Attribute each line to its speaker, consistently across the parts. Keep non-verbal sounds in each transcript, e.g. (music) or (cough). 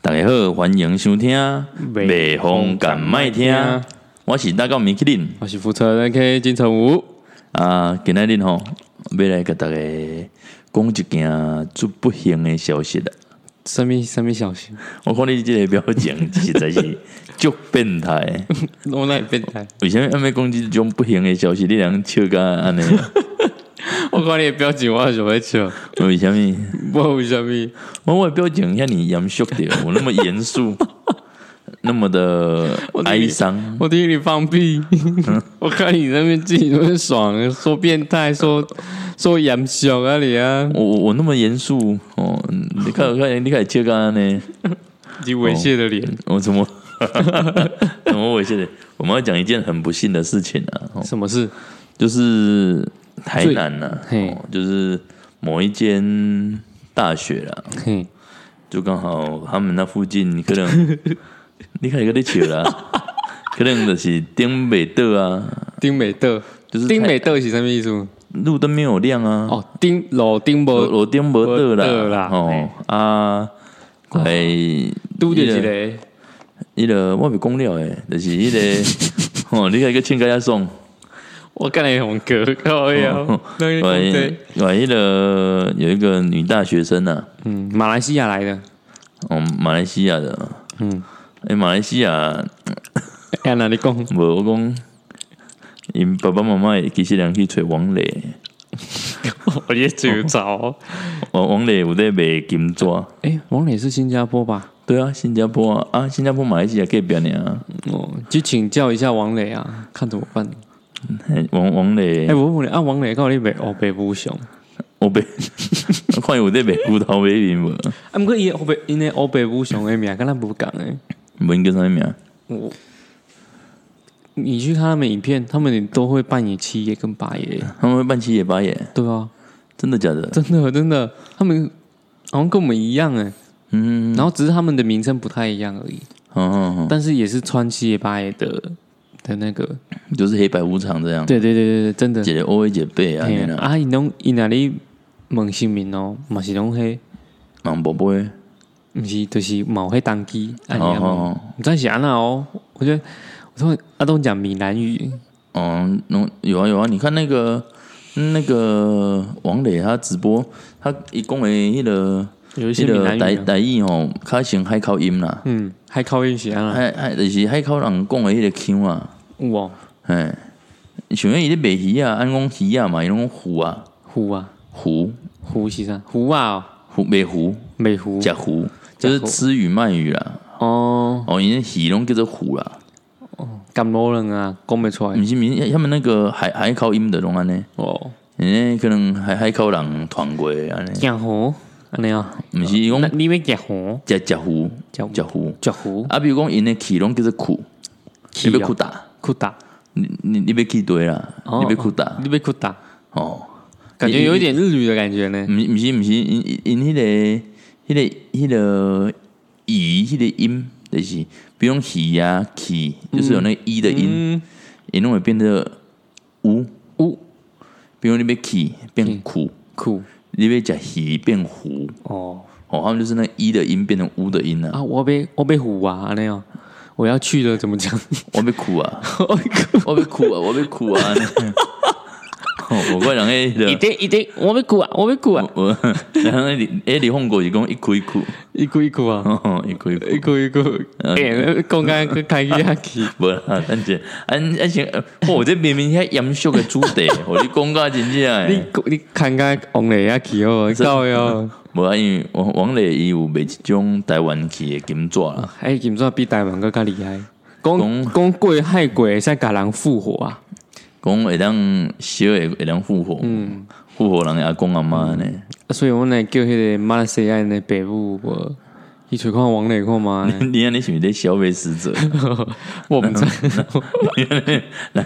Speaker 1: 大家好，欢迎收听《
Speaker 2: 袂
Speaker 1: 北风敢麦听》，我是大高米克林
Speaker 2: 我是福车 NK 金城武，
Speaker 1: 啊，今天吼要来给大家讲一件最不幸的消息了。
Speaker 2: 什么什么消息？ (laughs)
Speaker 1: 我看你这个表情实在 (laughs) 是足变态的，
Speaker 2: 我那变态，
Speaker 1: 为什么安尼讲这种不幸的消息？你人笑甲安尼？
Speaker 2: 我看你的表情，我想要笑，
Speaker 1: 为什么？
Speaker 2: 我为什么？
Speaker 1: 我我的表情像你严肃的，我那么严肃， (laughs) 那么的哀伤。
Speaker 2: 我听你放屁， (laughs) 我看你那边自己都是爽，说变态， (laughs) 说说严肃啊你啊，
Speaker 1: 我我我那么严肃哦，嗯你看我看你看切干呢，
Speaker 2: 你猥亵的脸，
Speaker 1: (laughs) 我怎么怎么猥亵的？我们要讲一件很不幸的事情啊，哦
Speaker 2: 什么事？
Speaker 1: 就是台南呐、啊
Speaker 2: 嘿
Speaker 1: 哦，就是某一间大学啦，
Speaker 2: 嘿，
Speaker 1: 就刚好他们那附近可
Speaker 2: (laughs)
Speaker 1: 能你看一个在笑啦，可能就是顶北道啊，
Speaker 2: 丁美德，
Speaker 1: 就是
Speaker 2: 丁
Speaker 1: 太
Speaker 2: 美德是什么意思？
Speaker 1: 路灯没有亮啊，
Speaker 2: 哦，丁老丁
Speaker 1: 我
Speaker 2: 无
Speaker 1: 我顶北道
Speaker 2: 哦没道
Speaker 1: 啦
Speaker 2: 啦，哦
Speaker 1: 哦啊，快
Speaker 2: 拄
Speaker 1: 那
Speaker 2: 着一
Speaker 1: 个
Speaker 2: 个，
Speaker 1: 迄个我袂讲了诶，就是迄、
Speaker 2: (laughs)
Speaker 1: 个，哦吼、你甲迄个请假遐爽，
Speaker 2: 我干你红哥，靠呀，那你
Speaker 1: 我
Speaker 2: 讲这
Speaker 1: 我迄个有一个女大学生啊，
Speaker 2: 嗯，马来西亚来的，
Speaker 1: 哦，马来西亚的，
Speaker 2: 嗯，
Speaker 1: 诶、马来西亚，
Speaker 2: 哎，那你讲。
Speaker 1: 无我讲，因爸爸妈妈其实人去找王磊，
Speaker 2: (laughs) 我也只找。
Speaker 1: 王王磊有在卖金纸，
Speaker 2: 哎、王磊是新加坡吧？
Speaker 1: 对啊，新加坡啊，啊，新加坡、马来西亚隔壁尔，
Speaker 2: 哦，去请教一下王磊啊，看怎么办。
Speaker 1: 嘿王王磊
Speaker 2: 哎、，我问你啊，王磊告你北哦北部熊，
Speaker 1: 我被，我看有在卖葡萄美面无，
Speaker 2: 啊，不过伊北因为哦欧北部熊的名跟他不讲哎。
Speaker 1: 无应叫啥物名？
Speaker 2: 我，你去看他们影片，他们都会扮演七爷跟八爷。
Speaker 1: 他们会办七爷八爷，
Speaker 2: 对啊，
Speaker 1: 真的假的？
Speaker 2: 真的真的，他们好像跟我们一样哎，
Speaker 1: 嗯，
Speaker 2: 然后只是他们的名称不太一样而已，
Speaker 1: 好好好。
Speaker 2: 但是也是穿七爷八爷的的那个。
Speaker 1: 就是黑白无常这样。
Speaker 2: 对对对对对，真的。
Speaker 1: 一个乌的一个白啊，
Speaker 2: 嘿
Speaker 1: 你啦，
Speaker 2: 啊，伊拢伊若咧问姓名哦，嘛是拢迄，
Speaker 1: 盲宝贝，
Speaker 2: 毋是就是嘛有迄当机，啊你
Speaker 1: 哦
Speaker 2: 啊
Speaker 1: 哦
Speaker 2: 问
Speaker 1: 哦，
Speaker 2: 毋知是安那哦，我觉得我说阿东讲闽南语，
Speaker 1: 哦，弄有啊有啊，你看那个那个王磊他直播，他一讲的迄个
Speaker 2: 有一些
Speaker 1: 迄
Speaker 2: 闽
Speaker 1: 个
Speaker 2: 南
Speaker 1: 台
Speaker 2: 语啊，
Speaker 1: 台语吼，较像海口音啦，
Speaker 2: 嗯，还靠运气安那
Speaker 1: 海海就是海口人讲的迄个腔啊，
Speaker 2: 有哦，
Speaker 1: 嘿，像迄伊咧卖鱼啊，按讲鱼啊嘛，伊拢讲虎啊，
Speaker 2: 虎啊，
Speaker 1: 虎
Speaker 2: 虎是啥？虎啊哦，
Speaker 1: 虎卖虎，
Speaker 2: 美虎
Speaker 1: 食虎，就是吃鱼卖鱼啦，
Speaker 2: 哦，
Speaker 1: 哦，因为鱼拢叫做虎啦，
Speaker 2: 甘罗人啊，讲袂出来
Speaker 1: 毋是毋是，他们那个海海口音的拢安尼。
Speaker 2: 哦，
Speaker 1: 诶，可能海海口人团过安尼，
Speaker 2: 行虎安尼哦，
Speaker 1: 毋是伊讲
Speaker 2: 那你要行虎，
Speaker 1: 食食糊，
Speaker 2: 食
Speaker 1: 食糊。
Speaker 2: 脚虎，
Speaker 1: 啊，比如讲因诶气拢叫做苦，
Speaker 2: 气
Speaker 1: 你要
Speaker 2: 啊
Speaker 1: 苦打，
Speaker 2: 酷打，
Speaker 1: 你你你要气对啦，
Speaker 2: 哦
Speaker 1: 你要苦打
Speaker 2: 你要酷打，
Speaker 1: 哦。
Speaker 2: 感觉有一点日语的感觉呢
Speaker 1: 毋，是毋是毋是，因因因迄个迄个迄个鱼迄个音，就是比如讲鱼啊气，就是有那个一的音，
Speaker 2: 嗯。
Speaker 1: 因拢会变得乌
Speaker 2: 乌。
Speaker 1: 比如你要气变苦，
Speaker 2: 酷
Speaker 1: 你要食鱼变糊，
Speaker 2: 哦
Speaker 1: 哦，他们就是那个一的音变成乌的音啦。
Speaker 2: 啊！我被我被唬啊那样，我要去了怎么讲？
Speaker 1: 我要哭啊！ (laughs) 我要哭啊！我要哭啊！ (laughs) 哦我怪人诶，
Speaker 2: 一
Speaker 1: 的，
Speaker 2: 定一定，我被唬啊！我被唬啊！
Speaker 1: 我然后李诶李凤国是讲一哭一哭，
Speaker 2: 一哭一哭啊！
Speaker 1: 哦一哭一哭，
Speaker 2: 一哭一哭！哎，刚刚去开去下 (laughs) 去，
Speaker 1: 无啦，等者，安安先，我这明明遐严肃诶主 (laughs) 题，我你讲到真正
Speaker 2: 你
Speaker 1: 诶，
Speaker 2: 你看看往哪下去哦？到哟！
Speaker 1: 无啊，因为王王磊伊有卖一种台湾去诶金纸啦，
Speaker 2: 哎，金砖比台湾更加厉害，讲讲鬼害鬼，使甲人复活啊！
Speaker 1: 讲会当烧会会当复活，复活人的阿公阿妈呢，
Speaker 2: 啊所以我来叫迄个马来西亚的北部，我去找看往哪看嘛？
Speaker 1: (laughs) 你安尼是毋是咧消费死者？
Speaker 2: (laughs)
Speaker 1: (laughs)
Speaker 2: 我毋知， (laughs)
Speaker 1: 人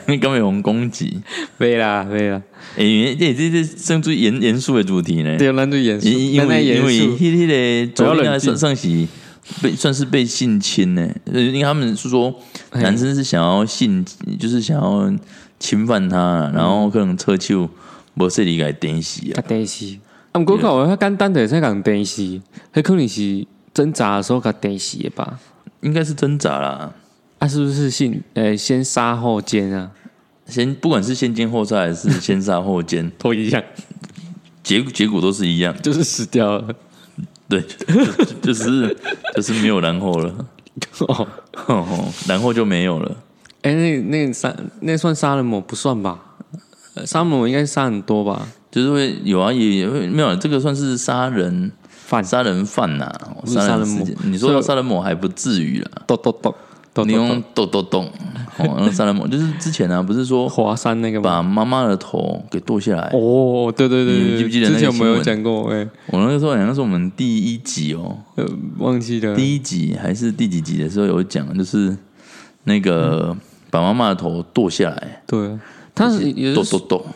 Speaker 1: 你敢会互攻击？
Speaker 2: 袂啦袂啦，
Speaker 1: 诶、哎这这这算最严严肃的主题呢。
Speaker 2: 对，啊咱就严肃，
Speaker 1: 因因
Speaker 2: 咱来
Speaker 1: 为因
Speaker 2: 严
Speaker 1: 为
Speaker 2: 肃。
Speaker 1: 迄迄个昨
Speaker 2: 不要
Speaker 1: 天
Speaker 2: 冷
Speaker 1: 上
Speaker 2: 静
Speaker 1: 上席被算是被性侵呢，呃因为他们是说
Speaker 2: 嘿
Speaker 1: 男生是想要性，就是想要侵犯她，然后可能车手无说理解电死啊
Speaker 2: 哎甲，电视。啊，毋过看有遐简单的会使共电视，迄可能是挣扎的时候给逮死的吧？
Speaker 1: 应该是挣扎啦。
Speaker 2: 啊，是不是性呃先杀后奸啊？，
Speaker 1: 先不管是先奸后杀还是先杀后奸
Speaker 2: 都一样，
Speaker 1: 结结果都是一样。
Speaker 2: 就是死掉了。
Speaker 1: 对， (laughs) 就就就是就是没有然后了，
Speaker 2: (laughs)
Speaker 1: (laughs)
Speaker 2: 哦，
Speaker 1: 然后就没有了。
Speaker 2: 哎、那那杀那算杀人魔不算吧？呃杀人魔应该杀很多吧？
Speaker 1: 就是会有啊，也也会没有啊、这个算是杀人
Speaker 2: 反
Speaker 1: 杀人犯呐、哦
Speaker 2: 是杀人魔
Speaker 1: 事件你说
Speaker 2: 所
Speaker 1: 到
Speaker 2: 以哦
Speaker 1: 杀人魔还不至于啦，
Speaker 2: 咚咚咚咚
Speaker 1: 你
Speaker 2: 咚
Speaker 1: 用
Speaker 2: 咚，
Speaker 1: 咚咚咚，
Speaker 2: (laughs)
Speaker 1: 哦，那个杀人魔就是之前啊，不是说
Speaker 2: 华山那个
Speaker 1: 把
Speaker 2: 吧？
Speaker 1: 妈妈的头给剁下来？
Speaker 2: 哦，对对对
Speaker 1: 你记
Speaker 2: 对，
Speaker 1: 不记得那
Speaker 2: 之
Speaker 1: 个
Speaker 2: 前我们
Speaker 1: 新
Speaker 2: 有
Speaker 1: 闻
Speaker 2: 讲过，哎、
Speaker 1: 我那个时候好像是我们第一集哦，
Speaker 2: 呃，忘记了。
Speaker 1: 第一集还是第几集的时候有讲，就是那个
Speaker 2: 嗯
Speaker 1: 把妈妈的头剁下来，
Speaker 2: 对，他是也
Speaker 1: 剁
Speaker 2: 是
Speaker 1: 剁剁，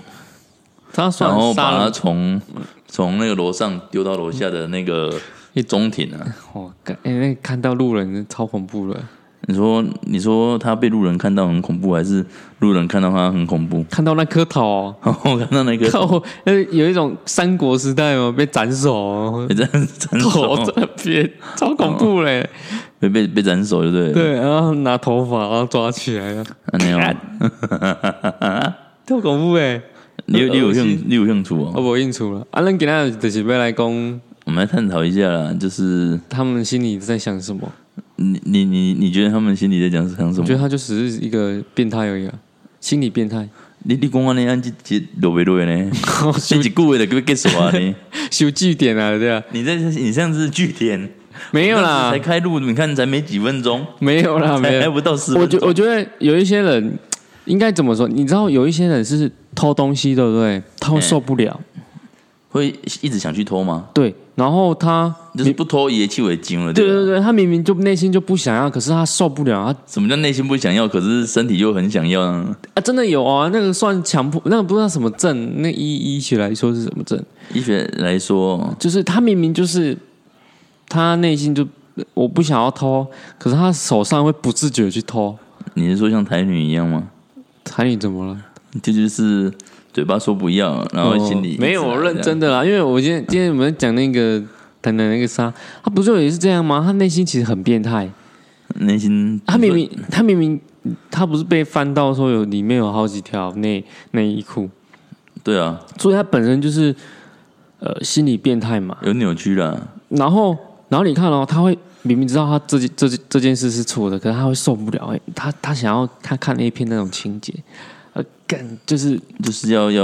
Speaker 2: 他算
Speaker 1: 然后
Speaker 2: 杀
Speaker 1: 把他
Speaker 2: 人
Speaker 1: 从从那个楼上丢到楼下的那个
Speaker 2: 嗯
Speaker 1: 中庭啊。
Speaker 2: 哦，干哎、那看到路人超恐怖了，
Speaker 1: 你说，你说他被路人看到很恐怖，还是路人看到他很恐怖？ (laughs)
Speaker 2: 看到那颗头、
Speaker 1: 然后看到那个
Speaker 2: 靠， (laughs) 那有一种三国时代嘛，被斩首哦、
Speaker 1: 被斩斩 (laughs)
Speaker 2: 头
Speaker 1: 首
Speaker 2: (laughs) 在，那边，超恐怖嘞。
Speaker 1: 被被被斩首，对不对？，
Speaker 2: (laughs)
Speaker 1: 啊
Speaker 2: 对，然后拿头发，然后抓起来了，
Speaker 1: 那样。
Speaker 2: (laughs) 超恐怖哎！
Speaker 1: 你有你有
Speaker 2: 恶心
Speaker 1: 兴你有兴趣哦？
Speaker 2: 我不应出了。啊，咱今天就是要来讲
Speaker 1: 我们来探讨一下啦，就是
Speaker 2: 他们心里在想什么。
Speaker 1: 你你你你觉得他们心里在讲讲什
Speaker 2: 我
Speaker 1: 么
Speaker 2: 觉？得他就只是一个变态而已啊，心理变态， (laughs)
Speaker 1: 你你讲安尼按这这落袂落呢？这一句话就给结束啊
Speaker 2: (laughs)
Speaker 1: 你！
Speaker 2: 修据点啊，对啊，
Speaker 1: 你这你这样子据点
Speaker 2: 没有
Speaker 1: 当时
Speaker 2: 啦
Speaker 1: (laughs) 才，开录，你看才没几分钟，
Speaker 2: 没有啦，没
Speaker 1: 才还
Speaker 2: 有。
Speaker 1: 不到十
Speaker 2: 我
Speaker 1: 分
Speaker 2: 觉我
Speaker 1: 钟。
Speaker 2: 觉得有一些人应该怎么说？你知道有一些人是偷东西，对不对？他会受不了，
Speaker 1: 嗯会一直想去偷吗？
Speaker 2: 对，然后他
Speaker 1: 就是不偷也气为精了。
Speaker 2: 对
Speaker 1: 吧
Speaker 2: 对对，他明明就内心就不想要，可是他受不了，他
Speaker 1: 什么叫内心不想要，可是身体又很想要呢？
Speaker 2: 啊真的有啊，那个算强迫，那个不知道什么症，那医医学来说是什么症？
Speaker 1: 医学来说，
Speaker 2: 就是他明明就是他内心就我不想要偷，可是他手上会不自觉地去偷。
Speaker 1: 你是说像台女一样吗？
Speaker 2: 台女怎么了？
Speaker 1: 这就是嘴巴说不要，然后心里、啊
Speaker 2: 哦没有我认真。的啦，因为我今天今天我们讲那个台南那个杀，他不就也是这样吗？他内心其实很变态，
Speaker 1: 内心
Speaker 2: 他明明他明明他不是被翻到说有里面有好几条内内衣裤，
Speaker 1: 对啊，
Speaker 2: 所以他本身就是呃心理变态嘛。
Speaker 1: 有扭曲啦。
Speaker 2: 然后然后你看哦，他会明明知道他这件这件这件事是错的，可是他会受不了，哎，他他想要他看 A 片那种情节，呃，干就是
Speaker 1: 就是要要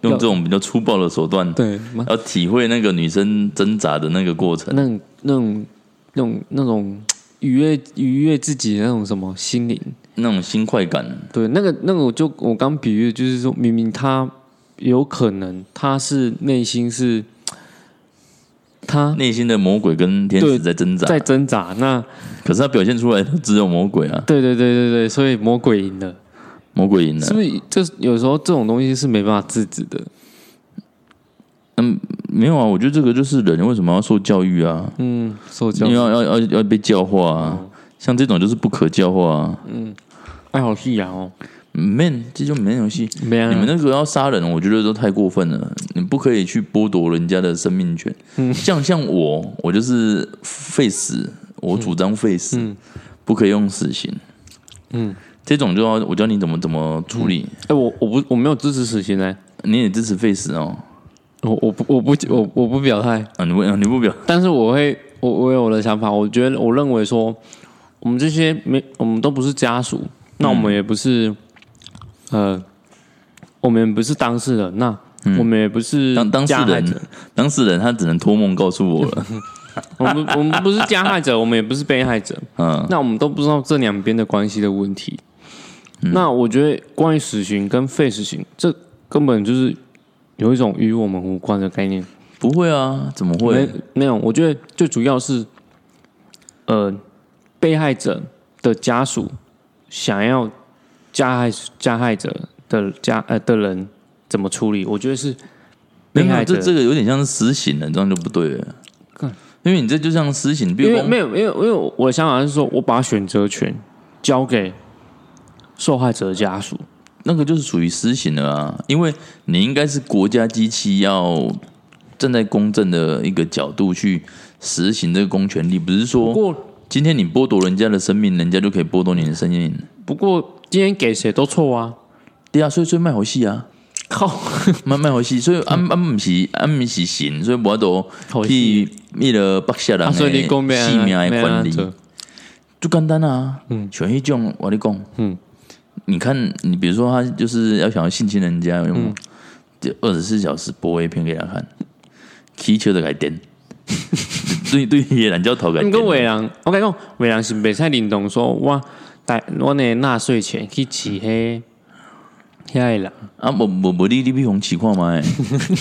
Speaker 1: 用这种比较粗暴的手段，
Speaker 2: 对，啊妈
Speaker 1: 要体会那个女生挣扎的那个过程。
Speaker 2: 那种那种那种那种愉悦愉悦自己的那种什么心灵，
Speaker 1: 那种新快感，
Speaker 2: 对，那个那个我就我刚比喻就是说，明明他有可能他是内心是他
Speaker 1: 内心的魔鬼跟天使
Speaker 2: 对
Speaker 1: 在挣扎，
Speaker 2: 在挣扎，那
Speaker 1: 可是他表现出来的只有魔鬼啊，
Speaker 2: 对对对对对，所以魔鬼赢了。
Speaker 1: 魔鬼赢
Speaker 2: 是
Speaker 1: 了。
Speaker 2: 不是就是有时候这种东西是没办法制止的？
Speaker 1: 没有啊，我觉得这个就是人为什么要受教育啊，
Speaker 2: 嗯，受教
Speaker 1: 因为要要要要被教化啊。
Speaker 2: 哦
Speaker 1: 像这种就是不可教化啊，
Speaker 2: 爱好戏啊哦，
Speaker 1: man，这就没游戏。
Speaker 2: 没啊，
Speaker 1: 你们那个要杀人，我觉得都太过分了。你不可以去剥夺人家的生命权。
Speaker 2: 嗯
Speaker 1: 像像我，我就是废死，我主张废死，不可以用死刑。
Speaker 2: 嗯，
Speaker 1: 这种就要我教你怎么怎么处理。
Speaker 2: 哎、我我不我没有支持死刑呢，
Speaker 1: 你也支持废死哦？
Speaker 2: 我我不我不我我不表态，
Speaker 1: 啊，你不啊你不表
Speaker 2: 但是我会我我有我的想法，我觉得我认为说我们这些没我们都不是家属，那我们也不是、呃，我们也不是当事人，那我们也不是
Speaker 1: 嗯当当事
Speaker 2: 加害者
Speaker 1: 人，当事人他只能托梦告诉我
Speaker 2: (laughs)
Speaker 1: 了。
Speaker 2: 我们我们不是加害者，我们也不是被害者，
Speaker 1: 嗯，
Speaker 2: 那我们都不知道这两边的关系的问题。
Speaker 1: 嗯
Speaker 2: 那我觉得关于死刑跟废死刑，这根本就是有一种与我们无关的概念。
Speaker 1: 不会啊，怎么
Speaker 2: 没
Speaker 1: 会？
Speaker 2: 没有，我觉得最主要是，呃，被害者的家属想要加害加害者的家呃的人怎么处理，我觉得是
Speaker 1: 没
Speaker 2: 被
Speaker 1: 有，
Speaker 2: 害者
Speaker 1: 这这个有点像是私刑了，这样就不对了。因为你这就像私刑，比
Speaker 2: 因
Speaker 1: 如
Speaker 2: 为
Speaker 1: 说
Speaker 2: 没有，因为因为我的想法是说，我把选择权交给受害者的家属。
Speaker 1: 那个就是属于私刑了啊，因为你应该是国家机器要站在公正的一个角度去实行这个公权力，不是
Speaker 2: 不
Speaker 1: 说
Speaker 2: 过
Speaker 1: 今天你剥夺人家的生命，人家就可以剥夺你的生命。
Speaker 2: 不过今天给谁都错啊！
Speaker 1: 对啊，所以所以卖游戏啊， (laughs)
Speaker 2: 靠，
Speaker 1: 卖卖游戏，所以俺俺不是俺不是行，所以无都
Speaker 2: 嗯好
Speaker 1: 去灭了北下人
Speaker 2: 啊，
Speaker 1: 的
Speaker 2: 所以你
Speaker 1: 性
Speaker 2: 讲咩啊？
Speaker 1: 命的管理
Speaker 2: 咩，啊
Speaker 1: 就简单啊。嗯，像迄种我跟你讲，嗯，你看你比如说他就是要想要性侵人家，有没有？就二十四小时播 A 片给他看，踢球的改点， (laughs) 对对，也懒觉头改
Speaker 2: 这毋
Speaker 1: 点。
Speaker 2: 过伟人，我甲你讲，伟人是袂使认同说我大我的纳税钱去饲迄遐个人。
Speaker 1: 啊，无无无，你你比红试看 (laughs) 嘛？哎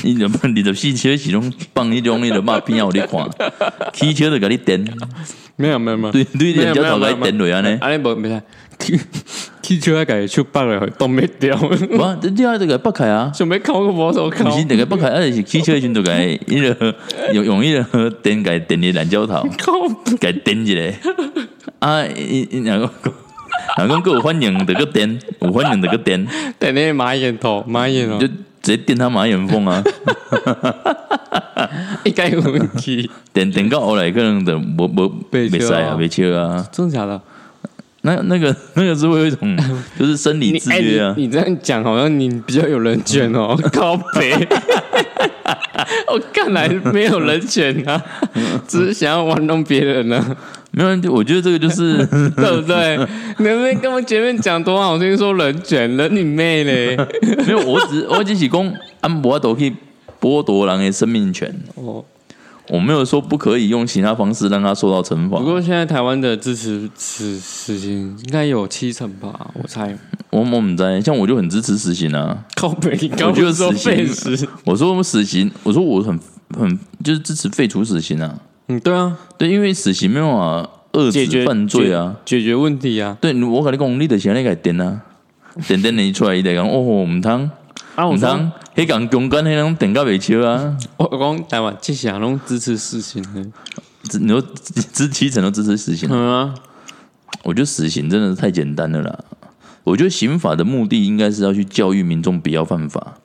Speaker 1: 你两百二十四车是拢放迄种迄个肉片啊，有你看，汽车就甲你点，
Speaker 2: 没有没有没有，
Speaker 1: 对对，
Speaker 2: 没有
Speaker 1: 人家头甲你点落安尼。
Speaker 2: 安啊尼无袂使。去去车家己手北了，挡袂掉，
Speaker 1: 哇，这这啊，这个北开啊，
Speaker 2: 想要靠个无手靠
Speaker 1: 不。是这个北开，啊，就是汽车的时阵就甲伊迄个用用迄个点甲伊点的蓝胶头，
Speaker 2: 靠！
Speaker 1: 甲伊点一个。啊，伊伊两个讲，两个讲有反应，得个点，有反应得个点，
Speaker 2: 等你马眼头，马眼哦
Speaker 1: 就，直接点他马眼风啊， (laughs)
Speaker 2: 应该有问题，
Speaker 1: 点点到后来可能就无无
Speaker 2: 被
Speaker 1: 袂使
Speaker 2: 笑
Speaker 1: 啊，
Speaker 2: 啊
Speaker 1: 袂笑啊。
Speaker 2: (laughs) 真的假的？
Speaker 1: 那那个那个是会有一
Speaker 2: (laughs)
Speaker 1: 种就是生理
Speaker 2: 你
Speaker 1: 制
Speaker 2: 哎、
Speaker 1: 约啊，
Speaker 2: 你你这样讲好像你比较有人权
Speaker 1: (laughs)
Speaker 2: 哦，靠北。 (laughs) 我看来没有人权
Speaker 1: (laughs)
Speaker 2: 啊，只是想要玩弄别人啊，
Speaker 1: 没有，就我觉得这个就是 (laughs)
Speaker 2: 对不对？你能不能跟我前面讲多好听说人权，人你
Speaker 1: (laughs)
Speaker 2: 妹嘞！
Speaker 1: 没有，我只我只是讲安博都可以剥夺狼的生命权，
Speaker 2: 哦，
Speaker 1: 我没有说不可以用其他方式让他受到惩罚
Speaker 2: 不。过现在台湾的支持此事情应该有七成吧，我猜。
Speaker 1: 我我们在像我就很支持死刑啊，
Speaker 2: 靠北，你刚
Speaker 1: 我
Speaker 2: 不
Speaker 1: 觉得
Speaker 2: 是说
Speaker 1: 死刑啊
Speaker 2: 废死？
Speaker 1: 我说我死刑，我说我很很就是支持废除死刑啊，
Speaker 2: 嗯，对啊，
Speaker 1: 对，因为死刑没有办法遏
Speaker 2: 解
Speaker 1: 制
Speaker 2: 决
Speaker 1: 犯罪啊。
Speaker 2: 解，解决问题啊。
Speaker 1: 对，我跟你讲，你的钱那个点
Speaker 2: (laughs)
Speaker 1: 啊，点点你出来，伊得讲哦，唔通
Speaker 2: 啊，
Speaker 1: 唔
Speaker 2: 我说
Speaker 1: 通，迄讲强奸迄种点到袂笑啊。
Speaker 2: 我讲台湾这些人拢支持死刑的，
Speaker 1: 支你说支支七成都支持死刑，
Speaker 2: 嗯啊。
Speaker 1: 我觉得死刑真的是太简单了啦。我觉得刑法的目的应该是要去教育民众不要犯法，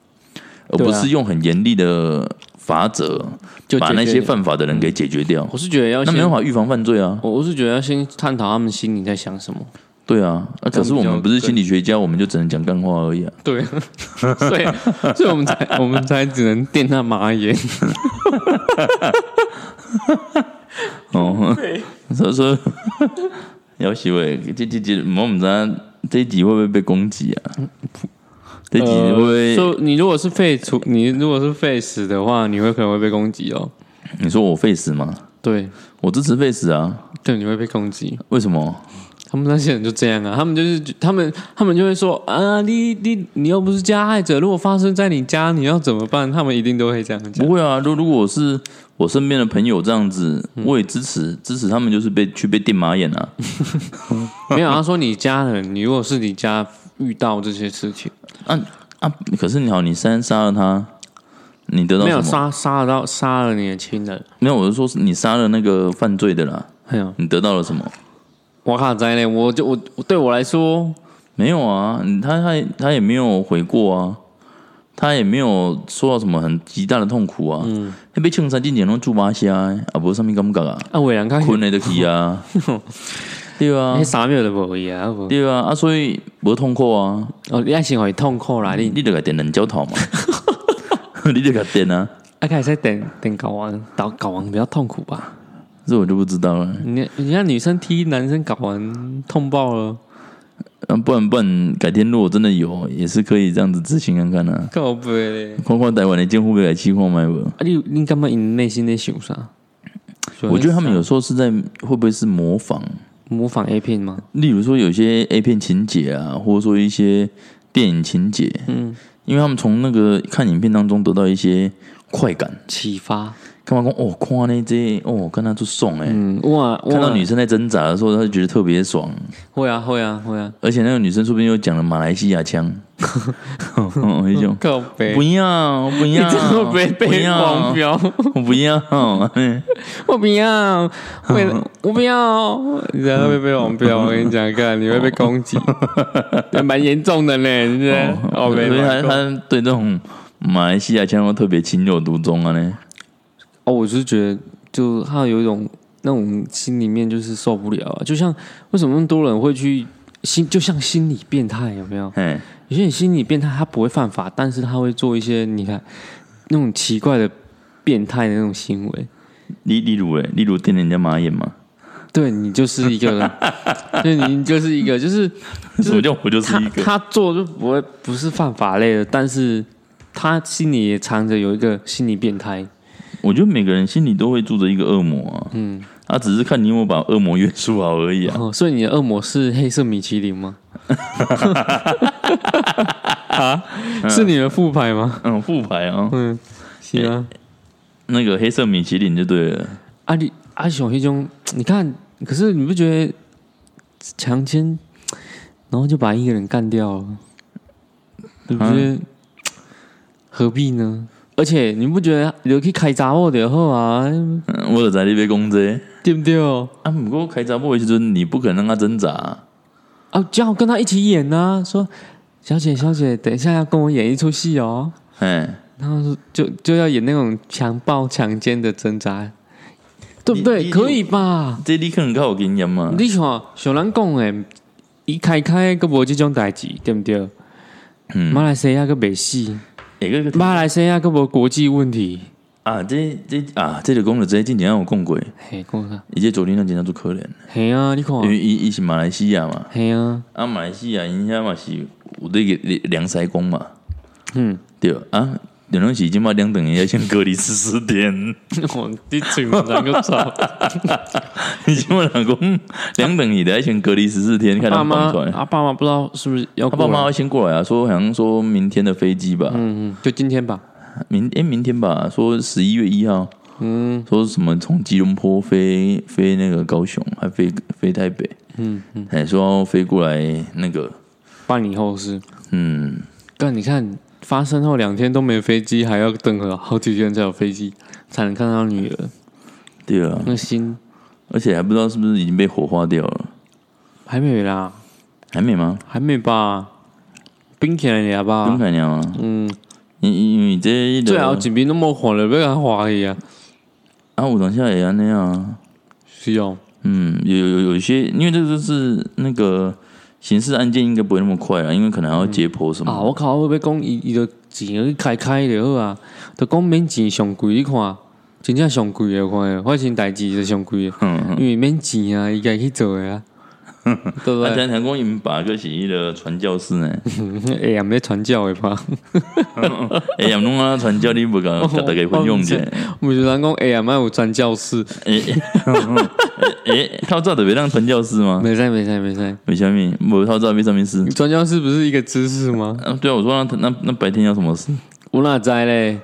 Speaker 1: 而
Speaker 2: 对啊
Speaker 1: 不是用很严厉的法则
Speaker 2: 就
Speaker 1: 把
Speaker 2: 解决嗯
Speaker 1: 那些
Speaker 2: 了
Speaker 1: 犯法的人给解决掉。
Speaker 2: 我是觉得要
Speaker 1: 那
Speaker 2: 先
Speaker 1: 没，办法预防犯罪啊，
Speaker 2: 我我是觉得要先探讨他们心里在想什
Speaker 1: (laughs)
Speaker 2: 么。
Speaker 1: 对啊。啊可是我们不是心理学家，我们就只能讲干话而已啊。
Speaker 2: 对， (laughs) 所以所以我们才我们才只能垫他
Speaker 1: (laughs)
Speaker 2: 马眼。
Speaker 1: 哦，
Speaker 2: (laughs)
Speaker 1: 所以说，姚希伟，这这这，我们知道这一集会不会被攻击啊？这一集会不会？
Speaker 2: 呃说你如果是废除，你如果是废死的话，你会可能会被攻击哦。
Speaker 1: 你说我 face 吗？
Speaker 2: 对，
Speaker 1: 我支持 face 啊。
Speaker 2: 对，你会被攻击。
Speaker 1: 为什么？
Speaker 2: 他们那些人就这样啊，他们就是他们他们就会说啊，你你你又不是加害者，如果发生在你家，你要怎么办？他们一定都会这样 (laughs) 讲
Speaker 1: 不。会啊，如如果我是我身边的朋友这样子，
Speaker 2: 嗯
Speaker 1: 我也支持支持他们，就是被去被电马眼啊。
Speaker 2: 没有，他说你家人，你如果是你家遇到这些事情，
Speaker 1: 啊啊！可是你好，你三杀了他，你得到
Speaker 2: 没有
Speaker 1: 什么？
Speaker 2: 杀杀到杀了你的亲人，
Speaker 1: 没有，我是说是你杀了那个犯罪的啦，
Speaker 2: 哎呀，
Speaker 1: 你得到了什么？
Speaker 2: 我卡在内，我就我我对我来说，
Speaker 1: 没有啊，你他他他也没有悔过啊，他也没有受到什么很极大的痛苦啊。嗯，被庆山进前拢住马虾的，啊，不是什么感觉啊，
Speaker 2: 啊，伟人看
Speaker 1: 困的就去 (laughs) 啊。对啊
Speaker 2: 那，三秒都无伊啊，无
Speaker 1: 对啊，啊，所以无痛苦啊。
Speaker 2: 哦，你爱先会痛苦啦，你
Speaker 1: 哎你就给点人胶头嘛， (laughs) 你就给点啊，
Speaker 2: 啊，开始等等睾丸，搞睾丸比较痛苦吧？
Speaker 1: 这我就不知道了。
Speaker 2: 你你看女生踢男生睾丸痛爆了，
Speaker 1: 啊不然不然，改天如果真的有，也是可以这样子执行看看啊。
Speaker 2: 够不嘞？
Speaker 1: 看看台湾的监护被改期况买不？
Speaker 2: 啊，你你干嘛？你内心在想啥？
Speaker 1: 我觉得他们有时候是啊在会不会是模仿，
Speaker 2: 模仿 A 片吗？
Speaker 1: 例如说有些 A 片情节啊，或者说一些电影情节，嗯，因为他们从那个看影片当中得到一些快感，
Speaker 2: 启发，
Speaker 1: 干嘛讲哦，看那这哦，跟他就爽哎、
Speaker 2: 嗯，哇，哇
Speaker 1: 看到女生在挣扎的时候，他就觉得特别爽。
Speaker 2: 会啊会啊会啊，
Speaker 1: 而且那个女生说不定又讲了马来西亚
Speaker 2: (laughs)
Speaker 1: 腔，哦，一种
Speaker 2: 够
Speaker 1: 我
Speaker 2: 呗
Speaker 1: 不。要，我不
Speaker 2: 你
Speaker 1: 要，
Speaker 2: 嗯 (laughs) 这样会被
Speaker 1: 不
Speaker 2: 被
Speaker 1: 要
Speaker 2: 黄标，
Speaker 1: 我不要，嗯
Speaker 2: (laughs) 我不要，为了我不要，嗯你真的会被黄标。我跟你讲，看你会被攻 (laughs) 击，还蛮严重的呢。你这哦，
Speaker 1: 所
Speaker 2: 没
Speaker 1: 以他
Speaker 2: 玩过
Speaker 1: 他对这种马来西亚腔都特别情有独钟啊呢。
Speaker 2: 哦，我是觉得就他有一种那种心里面就是受不了啊。就像为什么那么多人会去心，就像心理变态有没有？
Speaker 1: 哎，
Speaker 2: 有些人心理变态，他不会犯法，但是他会做一些你看那种奇怪的变态的那种行为。
Speaker 1: 例例如嘞，例如瞪人家马眼嘛，
Speaker 2: 对你就是一个 (laughs) 人，对你就是一个， (laughs) 就是
Speaker 1: 什么叫我就是
Speaker 2: 他
Speaker 1: 一个？
Speaker 2: 他做就不会不是犯法类的，但是他心里也藏着有一个心理变态。
Speaker 1: 我觉得每个人心里都会住着一个恶魔啊，嗯，啊，只是看你有没有把恶魔约束好而已啊。
Speaker 2: 哦，所以你的恶魔是黑色米其林吗？啊，是你的副牌吗？
Speaker 1: 嗯，副牌啊，
Speaker 2: 嗯，是啊。
Speaker 1: 那个黑色米其林就对了。
Speaker 2: 啊你啊像迄种，你看，可是你不觉得强奸，然后就把一个人干掉了，你不觉得、
Speaker 1: 嗯
Speaker 2: 何必呢？而且你不觉得你去开杂货就好啊，
Speaker 1: 嗯，我就知道你被攻击
Speaker 2: 对不对？
Speaker 1: 啊，不过开查某的时阵，你不可能让他挣扎啊、
Speaker 2: 啊，叫我跟他一起演啊，说小姐小姐，等一下要跟我演一出戏哦，
Speaker 1: 哎，
Speaker 2: 然后就就要演那种强暴强奸的挣扎，对不对？
Speaker 1: 你啊
Speaker 2: 可以吧？
Speaker 1: 这你可能较有经验嘛。
Speaker 2: 你像像咱讲诶，伊开开个无即种代志，对毋对？
Speaker 1: 嗯
Speaker 2: 马来西亚个袂死，
Speaker 1: 哎，个
Speaker 2: 马来西亚个无国际问题。
Speaker 1: 啊，这这啊，这就讲了，这之前有讲过，
Speaker 2: 嘿，讲啥？
Speaker 1: 伊这昨天那真正做可怜，
Speaker 2: 嘿啊，你看，
Speaker 1: 因为伊伊是马来西亚嘛，
Speaker 2: 嘿啊，
Speaker 1: 啊，马来西亚因遐嘛是有这个凉塞工嘛，
Speaker 2: 嗯，
Speaker 1: 对啊，两东西已经把两等人家先隔离十四
Speaker 2: (laughs)
Speaker 1: 天，
Speaker 2: (laughs) 我你嘴唔长
Speaker 1: (laughs)
Speaker 2: 个臭。
Speaker 1: 已经把两公两等你的先隔离十四天，看
Speaker 2: 爸
Speaker 1: 他
Speaker 2: 妈
Speaker 1: 们放出来。
Speaker 2: 啊，爸妈不知道是不是要
Speaker 1: 他
Speaker 2: 过
Speaker 1: 爸
Speaker 2: 来
Speaker 1: 妈，会先过来啊，说好像说明天的飞机吧，
Speaker 2: 嗯嗯，就今天吧。
Speaker 1: 明哎、明天吧，说十一月一号，嗯，说什么从吉隆坡飞飞那个高雄，还飞飞台北，
Speaker 2: 嗯，
Speaker 1: 哎、说要飞过来那个，
Speaker 2: 办理后事。
Speaker 1: 嗯，
Speaker 2: 但你看，发生后两天都没飞机，还要等了好几天才有飞机，才能看到女儿。
Speaker 1: 对啊，
Speaker 2: 那心
Speaker 1: 而且还不知道是不是已经被火化掉了，
Speaker 2: 还没啦，
Speaker 1: 还没吗？
Speaker 2: 还没吧？冰起来了吧？
Speaker 1: 不用看了吗？
Speaker 2: 啊嗯，
Speaker 1: 因因因为这一
Speaker 2: 最后一边都无看了，要甲花去啊！
Speaker 1: 啊，我当下也安尼啊，
Speaker 2: 是哦，
Speaker 1: 嗯，有有有有一些，因为这个就是那个刑事案件应该不会那么快啊，因为可能还要解剖什么，
Speaker 2: 啊，我靠，我要讲伊伊着钱去开开就好啊，着讲免钱上贵，你看，真正上贵的，我看的发生代志就上贵的，
Speaker 1: 嗯。
Speaker 2: 因为免钱啊，伊家去做的啊，对
Speaker 1: (laughs)
Speaker 2: 不
Speaker 1: 啊，
Speaker 2: 对？
Speaker 1: 咱讲因爸个是迄个传教士呢，
Speaker 2: 哎呀，毋咧传教的吧？
Speaker 1: 哎呀，拢啊传教你无甲甲大家分享者，
Speaker 2: 我们就人讲哎呀，莫有传教士，
Speaker 1: 哎哎，透早就袂当传教士吗？
Speaker 2: 没使没使没使，
Speaker 1: 为什么？无透早要什么事？
Speaker 2: 啊传教士不是一个知识吗？
Speaker 1: 啊，对啊，我说那那那白天要什么事？
Speaker 2: 我哪知嘞？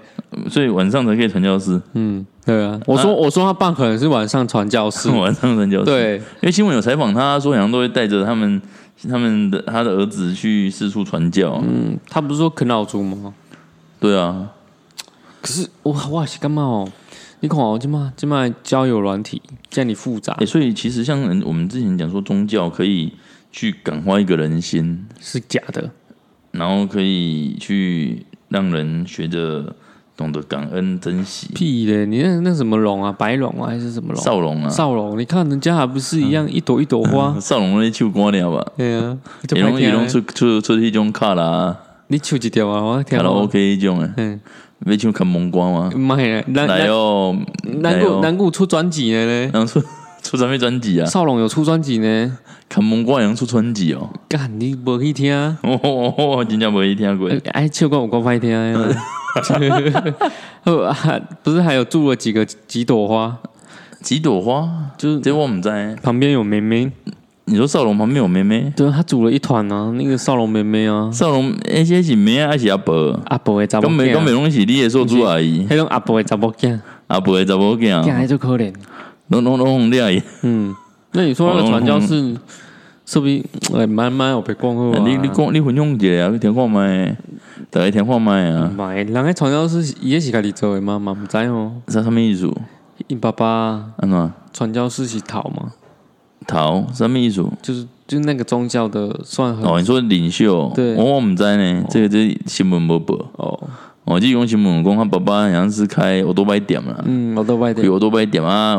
Speaker 1: 所以晚上才可以传教士，，
Speaker 2: 嗯，对啊，我说我说他爸可能是晚上传教 (laughs) 士
Speaker 1: 晚上传教士。，
Speaker 2: 对，
Speaker 1: 因为新闻有采访他说，好像都会带着他们他们的他的儿子去四处传教。
Speaker 2: 嗯，他不是说啃老族吗？
Speaker 1: 对啊，
Speaker 2: 可是我我也是感觉哦，你看哦，今嘛今嘛交友软体这样你复杂
Speaker 1: 哎，所以其实像人我们之前讲说，宗教可以去感化一个人心，
Speaker 2: 是假的，
Speaker 1: 然后可以去让人学着懂得感恩、珍惜、
Speaker 2: 屁嘞！你那那什么龙啊，白龙啊还嗯是什么龙？
Speaker 1: 少龙啊，
Speaker 2: 少龙，你看人家还不是一样一朵一朵花？
Speaker 1: 少龙那手光了吧？
Speaker 2: 对啊，就
Speaker 1: 也
Speaker 2: 白
Speaker 1: 拢也
Speaker 2: 天
Speaker 1: 拢
Speaker 2: 啊
Speaker 1: 出出出迄种卡拉
Speaker 2: 你手一条啊，我听
Speaker 1: 卡拉
Speaker 2: 我。
Speaker 1: OK 迄种诶，
Speaker 2: 嗯，
Speaker 1: 要唱看蒙瓜吗？
Speaker 2: 妈呀，南
Speaker 1: 来
Speaker 2: 南
Speaker 1: 哦，
Speaker 2: 南
Speaker 1: 来
Speaker 2: 固
Speaker 1: 哦，
Speaker 2: 南固出专辑了嘞，
Speaker 1: 然后出出啥物专辑啊？
Speaker 2: (laughs) 少龙有出专辑呢，
Speaker 1: 看蒙瓜能出专辑哦，
Speaker 2: 干你无去听啊？
Speaker 1: 我 (laughs) 真正没听过。
Speaker 2: 哎，哎唱歌有够歹听的 (laughs) 啊。好啊不是还有住了几个几朵花，
Speaker 1: 几朵花，
Speaker 2: 就是
Speaker 1: 这我唔知道。
Speaker 2: 旁边有梅梅。
Speaker 1: 你说少龙旁边有妹妹，
Speaker 2: 对啊，他组了一团啊，那个少龙妹妹啊，
Speaker 1: 少龙那些是妹啊还是阿伯？
Speaker 2: 阿伯的查某
Speaker 1: 根本根本
Speaker 2: 囝，啊
Speaker 1: 拢是你的做主阿姨，
Speaker 2: 迄种阿伯的查某囝，
Speaker 1: 阿伯的查某囝。
Speaker 2: 囝还就可怜。
Speaker 1: 拢拢拢掠伊，
Speaker 2: 嗯，那你说那个传教士，说不定哎，慢慢有被讲好啊。
Speaker 1: 你你讲你分享一下啊，去听看麦，大家听看麦啊，
Speaker 2: 妈的，哎人家传教士伊也是家己做的嘛，嘛毋知哦。
Speaker 1: 啥啥物意思？
Speaker 2: 因爸爸
Speaker 1: 安怎
Speaker 2: 传教士是头嘛，
Speaker 1: 头啥物意思？
Speaker 2: 就是就那个宗教的算很
Speaker 1: 哦，你说领袖，
Speaker 2: 嗯对
Speaker 1: 我我毋知呢，这个这新闻无报，
Speaker 2: 哦，
Speaker 1: 哦，即讲新闻讲，他爸爸好像是开奥多摆店啦，
Speaker 2: 嗯，我都外
Speaker 1: 开
Speaker 2: 地，
Speaker 1: 奥多摆店啊，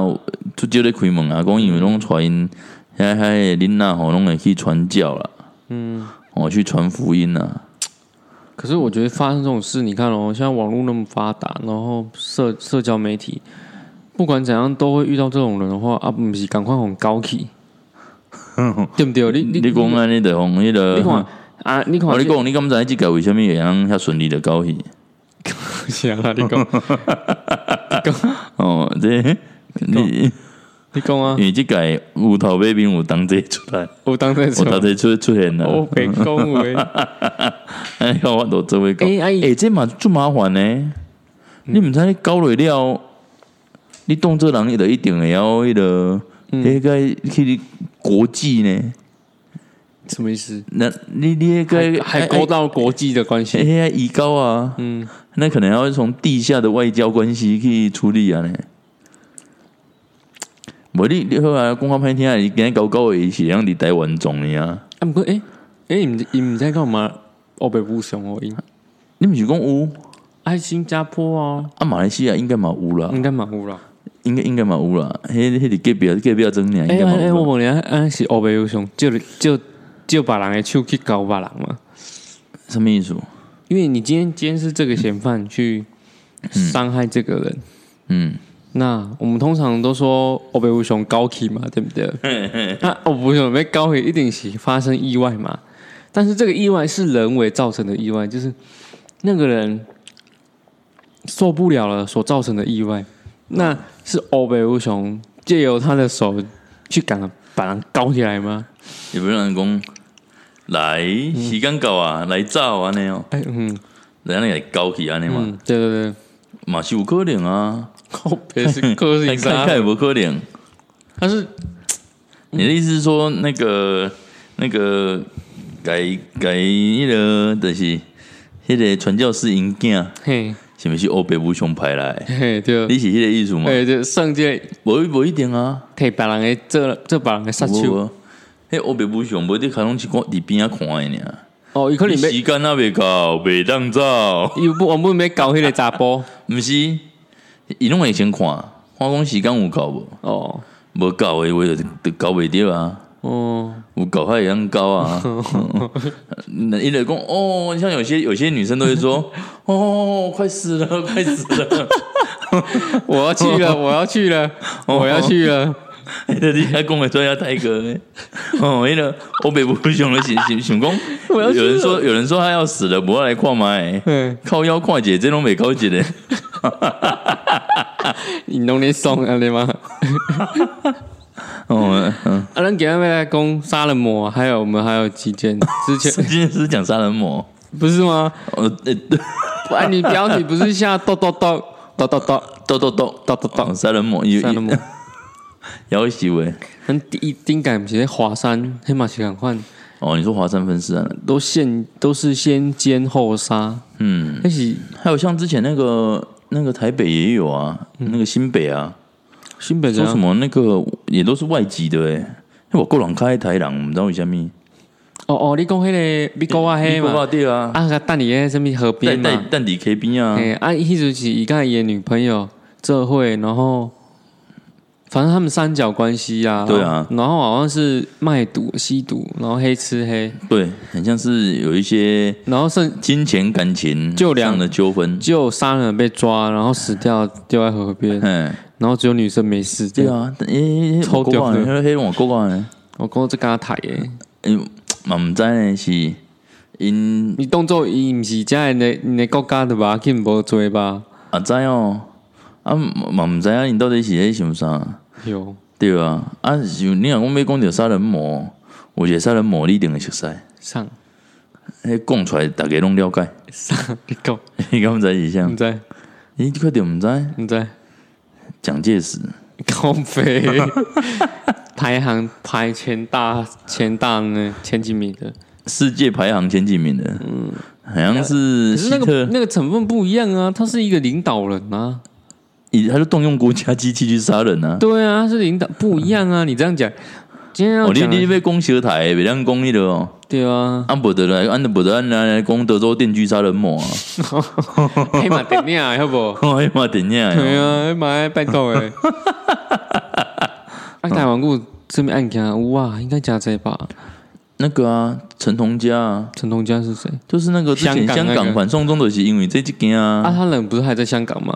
Speaker 1: 出少咧开门啊，讲因为拢传因遐遐的囡仔吼，拢会去传教啦，嗯，哦，去传福音啦，
Speaker 2: 可是我觉得发生这种事，你看哦，现在网络那么发达，然后社社交媒体，不管怎样都会遇到这种人的话啊，不是赶快很高 (laughs) 起，对不对？你
Speaker 1: 你讲安尼的红迄个哦
Speaker 2: 你，看啊，你看
Speaker 1: 我你讲你敢不知即个为什么会样遐顺利的高兴？
Speaker 2: 想啊， (laughs) 你讲
Speaker 1: 哦，这你
Speaker 2: (laughs) 你讲啊
Speaker 1: 因，为即个有头尾边有同齐出来，
Speaker 2: 我当在哦
Speaker 1: 有
Speaker 2: 说，
Speaker 1: 同齐出出现啊啦，
Speaker 2: 我被恭维，
Speaker 1: 哎，我都做位讲。
Speaker 2: 哎哎
Speaker 1: 哎、这嘛足麻烦呢、你毋知你搞落了，你当做人伊就一定会晓迄落，迄个去国际呢？
Speaker 2: 什么意 (laughs) 思？
Speaker 1: 那你你迄个
Speaker 2: 还勾到国际的关系，
Speaker 1: 迄个移高啊？嗯，那可能要从地下的外交关系去处理啊呢。无你你好啊，讲较歹听，伊今日搞搞伊是样伫台湾种的啊。
Speaker 2: 啊，不过哎哎，你们你们在干嘛？我被不雄哦，因
Speaker 1: 你毋是讲有
Speaker 2: 哎，新加坡啊，
Speaker 1: 啊？马来西亚应该嘛有啦，
Speaker 2: 应该蛮有啦。
Speaker 1: 应该应该嘛有啦。迄迄个隔壁隔壁争俩应
Speaker 2: 哎
Speaker 1: 该嘛
Speaker 2: 哎哎，
Speaker 1: 有
Speaker 2: 我
Speaker 1: 啦。
Speaker 2: 问你，安是欧白有熊，就就就把人的手去搞把人嘛？
Speaker 1: 什么意思？
Speaker 2: 因为你今天今天是这个嫌犯去伤害这个人，
Speaker 1: 嗯，
Speaker 2: 那我们通常都说欧北无熊高起嘛，对不对？
Speaker 1: (laughs)
Speaker 2: 那欧北无熊被高起，一定是发生意外嘛。但是这个意外是人为造成的意外，就是那个人受不了了所造成的意外。那是欧北无熊借由他的手去赶把人高起来吗？
Speaker 1: 也不能讲来时间到啊，来早安尼哦，
Speaker 2: 哎，嗯，
Speaker 1: 人家来搞起安尼嘛，
Speaker 2: 嗯，对
Speaker 1: (laughs)
Speaker 2: 对对，
Speaker 1: 嘛是有可能啊，
Speaker 2: 靠北是嗯个性
Speaker 1: (laughs) 看
Speaker 2: 杀
Speaker 1: 看，有无可能？
Speaker 2: 他是
Speaker 1: 你的意思是说那个那个改改迄个就是迄个传教士因囝，
Speaker 2: 嘿
Speaker 1: 是毋是欧北无熊派来的？
Speaker 2: 嘿 (laughs) 对，
Speaker 1: 你是迄个意思吗？
Speaker 2: 哎对，上界
Speaker 1: 无无一定啊，
Speaker 2: 可以把人给这这把人给杀
Speaker 1: 无
Speaker 2: 手。
Speaker 1: 无，迄欧北无熊无你可能是看伫边啊看的尔。
Speaker 2: 哦，伊可
Speaker 1: 你
Speaker 2: 能要
Speaker 1: 时间啊袂到，袂当走。
Speaker 2: 伊不，我们要搞迄个查甫
Speaker 1: 毋是，伊拢会先看，看讲时间有够无？
Speaker 2: (laughs) 哦，
Speaker 1: 无够的话就就搞袂着啊，
Speaker 2: 哦，
Speaker 1: 有够还会当搞啊。那伊就讲哦，像有些有些女生都会说 (laughs) 哦，快死了，快死了。
Speaker 2: 我要去了， (laughs) 我要去了，我要去了，
Speaker 1: 迄个你还讲会做下泰哥呢？哦，迄个我北部熊的想想想讲，
Speaker 2: 我要去
Speaker 1: 有
Speaker 2: 了
Speaker 1: 人说有人说他要死了，不要来看麦，
Speaker 2: 嗯，
Speaker 1: 靠腰跨姐这拢袂高级的。
Speaker 2: (laughs) 你拢咧爽安 (laughs) 尼吗？
Speaker 1: 哦， (laughs) 嗯，
Speaker 2: 啊，咱今日要来讲杀人魔，还有我们还有几 (laughs) 件之前
Speaker 1: 今天是讲杀人魔。
Speaker 2: 不是吗？
Speaker 1: 哦， (laughs) 呃，
Speaker 2: 啊，你标题不是下豆豆豆豆豆豆
Speaker 1: 咚咚咚
Speaker 2: 豆豆
Speaker 1: 哦
Speaker 2: 豆
Speaker 1: 杀人魔，
Speaker 2: (laughs)
Speaker 1: 有
Speaker 2: 杀人魔？
Speaker 1: 姚喜伟
Speaker 2: 咱第一顶感不是在华山，黑马是赶快
Speaker 1: 哦，你说华山分尸案，
Speaker 2: 都先都是先奸后杀，
Speaker 1: 嗯，
Speaker 2: 那是
Speaker 1: 还有像之前那个那个台北也有啊，那个新北啊，
Speaker 2: 嗯新北
Speaker 1: 说什
Speaker 2: 人
Speaker 1: 么那个也都是外籍的哎，那我够人开台人，不知道为什么，
Speaker 2: 哦哦，你讲迄个美国啊黑
Speaker 1: 美国
Speaker 2: 嘛
Speaker 1: 啊，，对啊，
Speaker 2: 啊，甲等你迄什么河
Speaker 1: 带
Speaker 2: 边
Speaker 1: 带
Speaker 2: 嘛。
Speaker 1: 蛋底 K B 啊，
Speaker 2: 哎、啊，迄阵是伊甲伊的女朋友这会，然后反正他们三角关系啊，
Speaker 1: 对啊
Speaker 2: 然后好像是卖毒、吸毒，然后黑吃黑，
Speaker 1: 对，很像是有一些
Speaker 2: 然后剩
Speaker 1: 金钱感情
Speaker 2: 就两
Speaker 1: 上的纠纷，
Speaker 2: 就杀人被抓，然后死掉丢在河边，
Speaker 1: 嗯，
Speaker 2: 然后只有女生没事。
Speaker 1: 对
Speaker 2: 啊，
Speaker 1: 啊，诶，
Speaker 2: 超
Speaker 1: 屌
Speaker 2: 屌的
Speaker 1: 的，黑我够啊，
Speaker 2: 我讲这跟他抬诶，
Speaker 1: 嗯，嘛唔知呢是因
Speaker 2: 你当做伊毋是遮的你的国家的吧，肯无做吧？
Speaker 1: 啊，知哦，啊，嘛毋知影因到底是咧想啥，
Speaker 2: 有，
Speaker 1: 对啊，啊，像你若讲要讲着杀人魔，我觉得杀人魔你一定会熟悉，
Speaker 2: 上
Speaker 1: 迄讲出来逐个拢了解，
Speaker 2: 上，你讲，
Speaker 1: 你敢毋知是
Speaker 2: 毋
Speaker 1: 啥？
Speaker 2: 知
Speaker 1: 你快点毋知，
Speaker 2: 毋知，
Speaker 1: 蒋介石，
Speaker 2: 高飞排行排前大前大呢前几名的。
Speaker 1: 世界排行前几名的，嗯，好像是
Speaker 2: 嗯可是
Speaker 1: 希
Speaker 2: 那个
Speaker 1: 特，
Speaker 2: 那个成分不一样啊，他是一个领导人啊，
Speaker 1: 以他就动用国家机器去杀人啊，
Speaker 2: 对啊，他是领导不一样啊。你这样讲，今天要
Speaker 1: 哦，你
Speaker 2: 讲
Speaker 1: 你
Speaker 2: 的
Speaker 1: 被攻协台，别让攻那个哦，
Speaker 2: 对啊，
Speaker 1: 按不得来，按的不得啊按来攻德州电锯杀人魔啊，
Speaker 2: 黑马点
Speaker 1: (laughs)
Speaker 2: 亮啊，要不？
Speaker 1: 哎呀妈，怎样
Speaker 2: 对
Speaker 1: 啊？
Speaker 2: 啊，黑马拜托
Speaker 1: (laughs)
Speaker 2: 诶。啊，台湾股这边案件有啊，应该加这吧？
Speaker 1: 那个啊，陈同佳啊，
Speaker 2: 陈同佳是谁？
Speaker 1: 就是那个之前
Speaker 2: 香港
Speaker 1: 香
Speaker 2: 那个
Speaker 1: 港反送中的，是因为这几件
Speaker 2: 啊，
Speaker 1: 啊，
Speaker 2: 他人不是还在香港吗？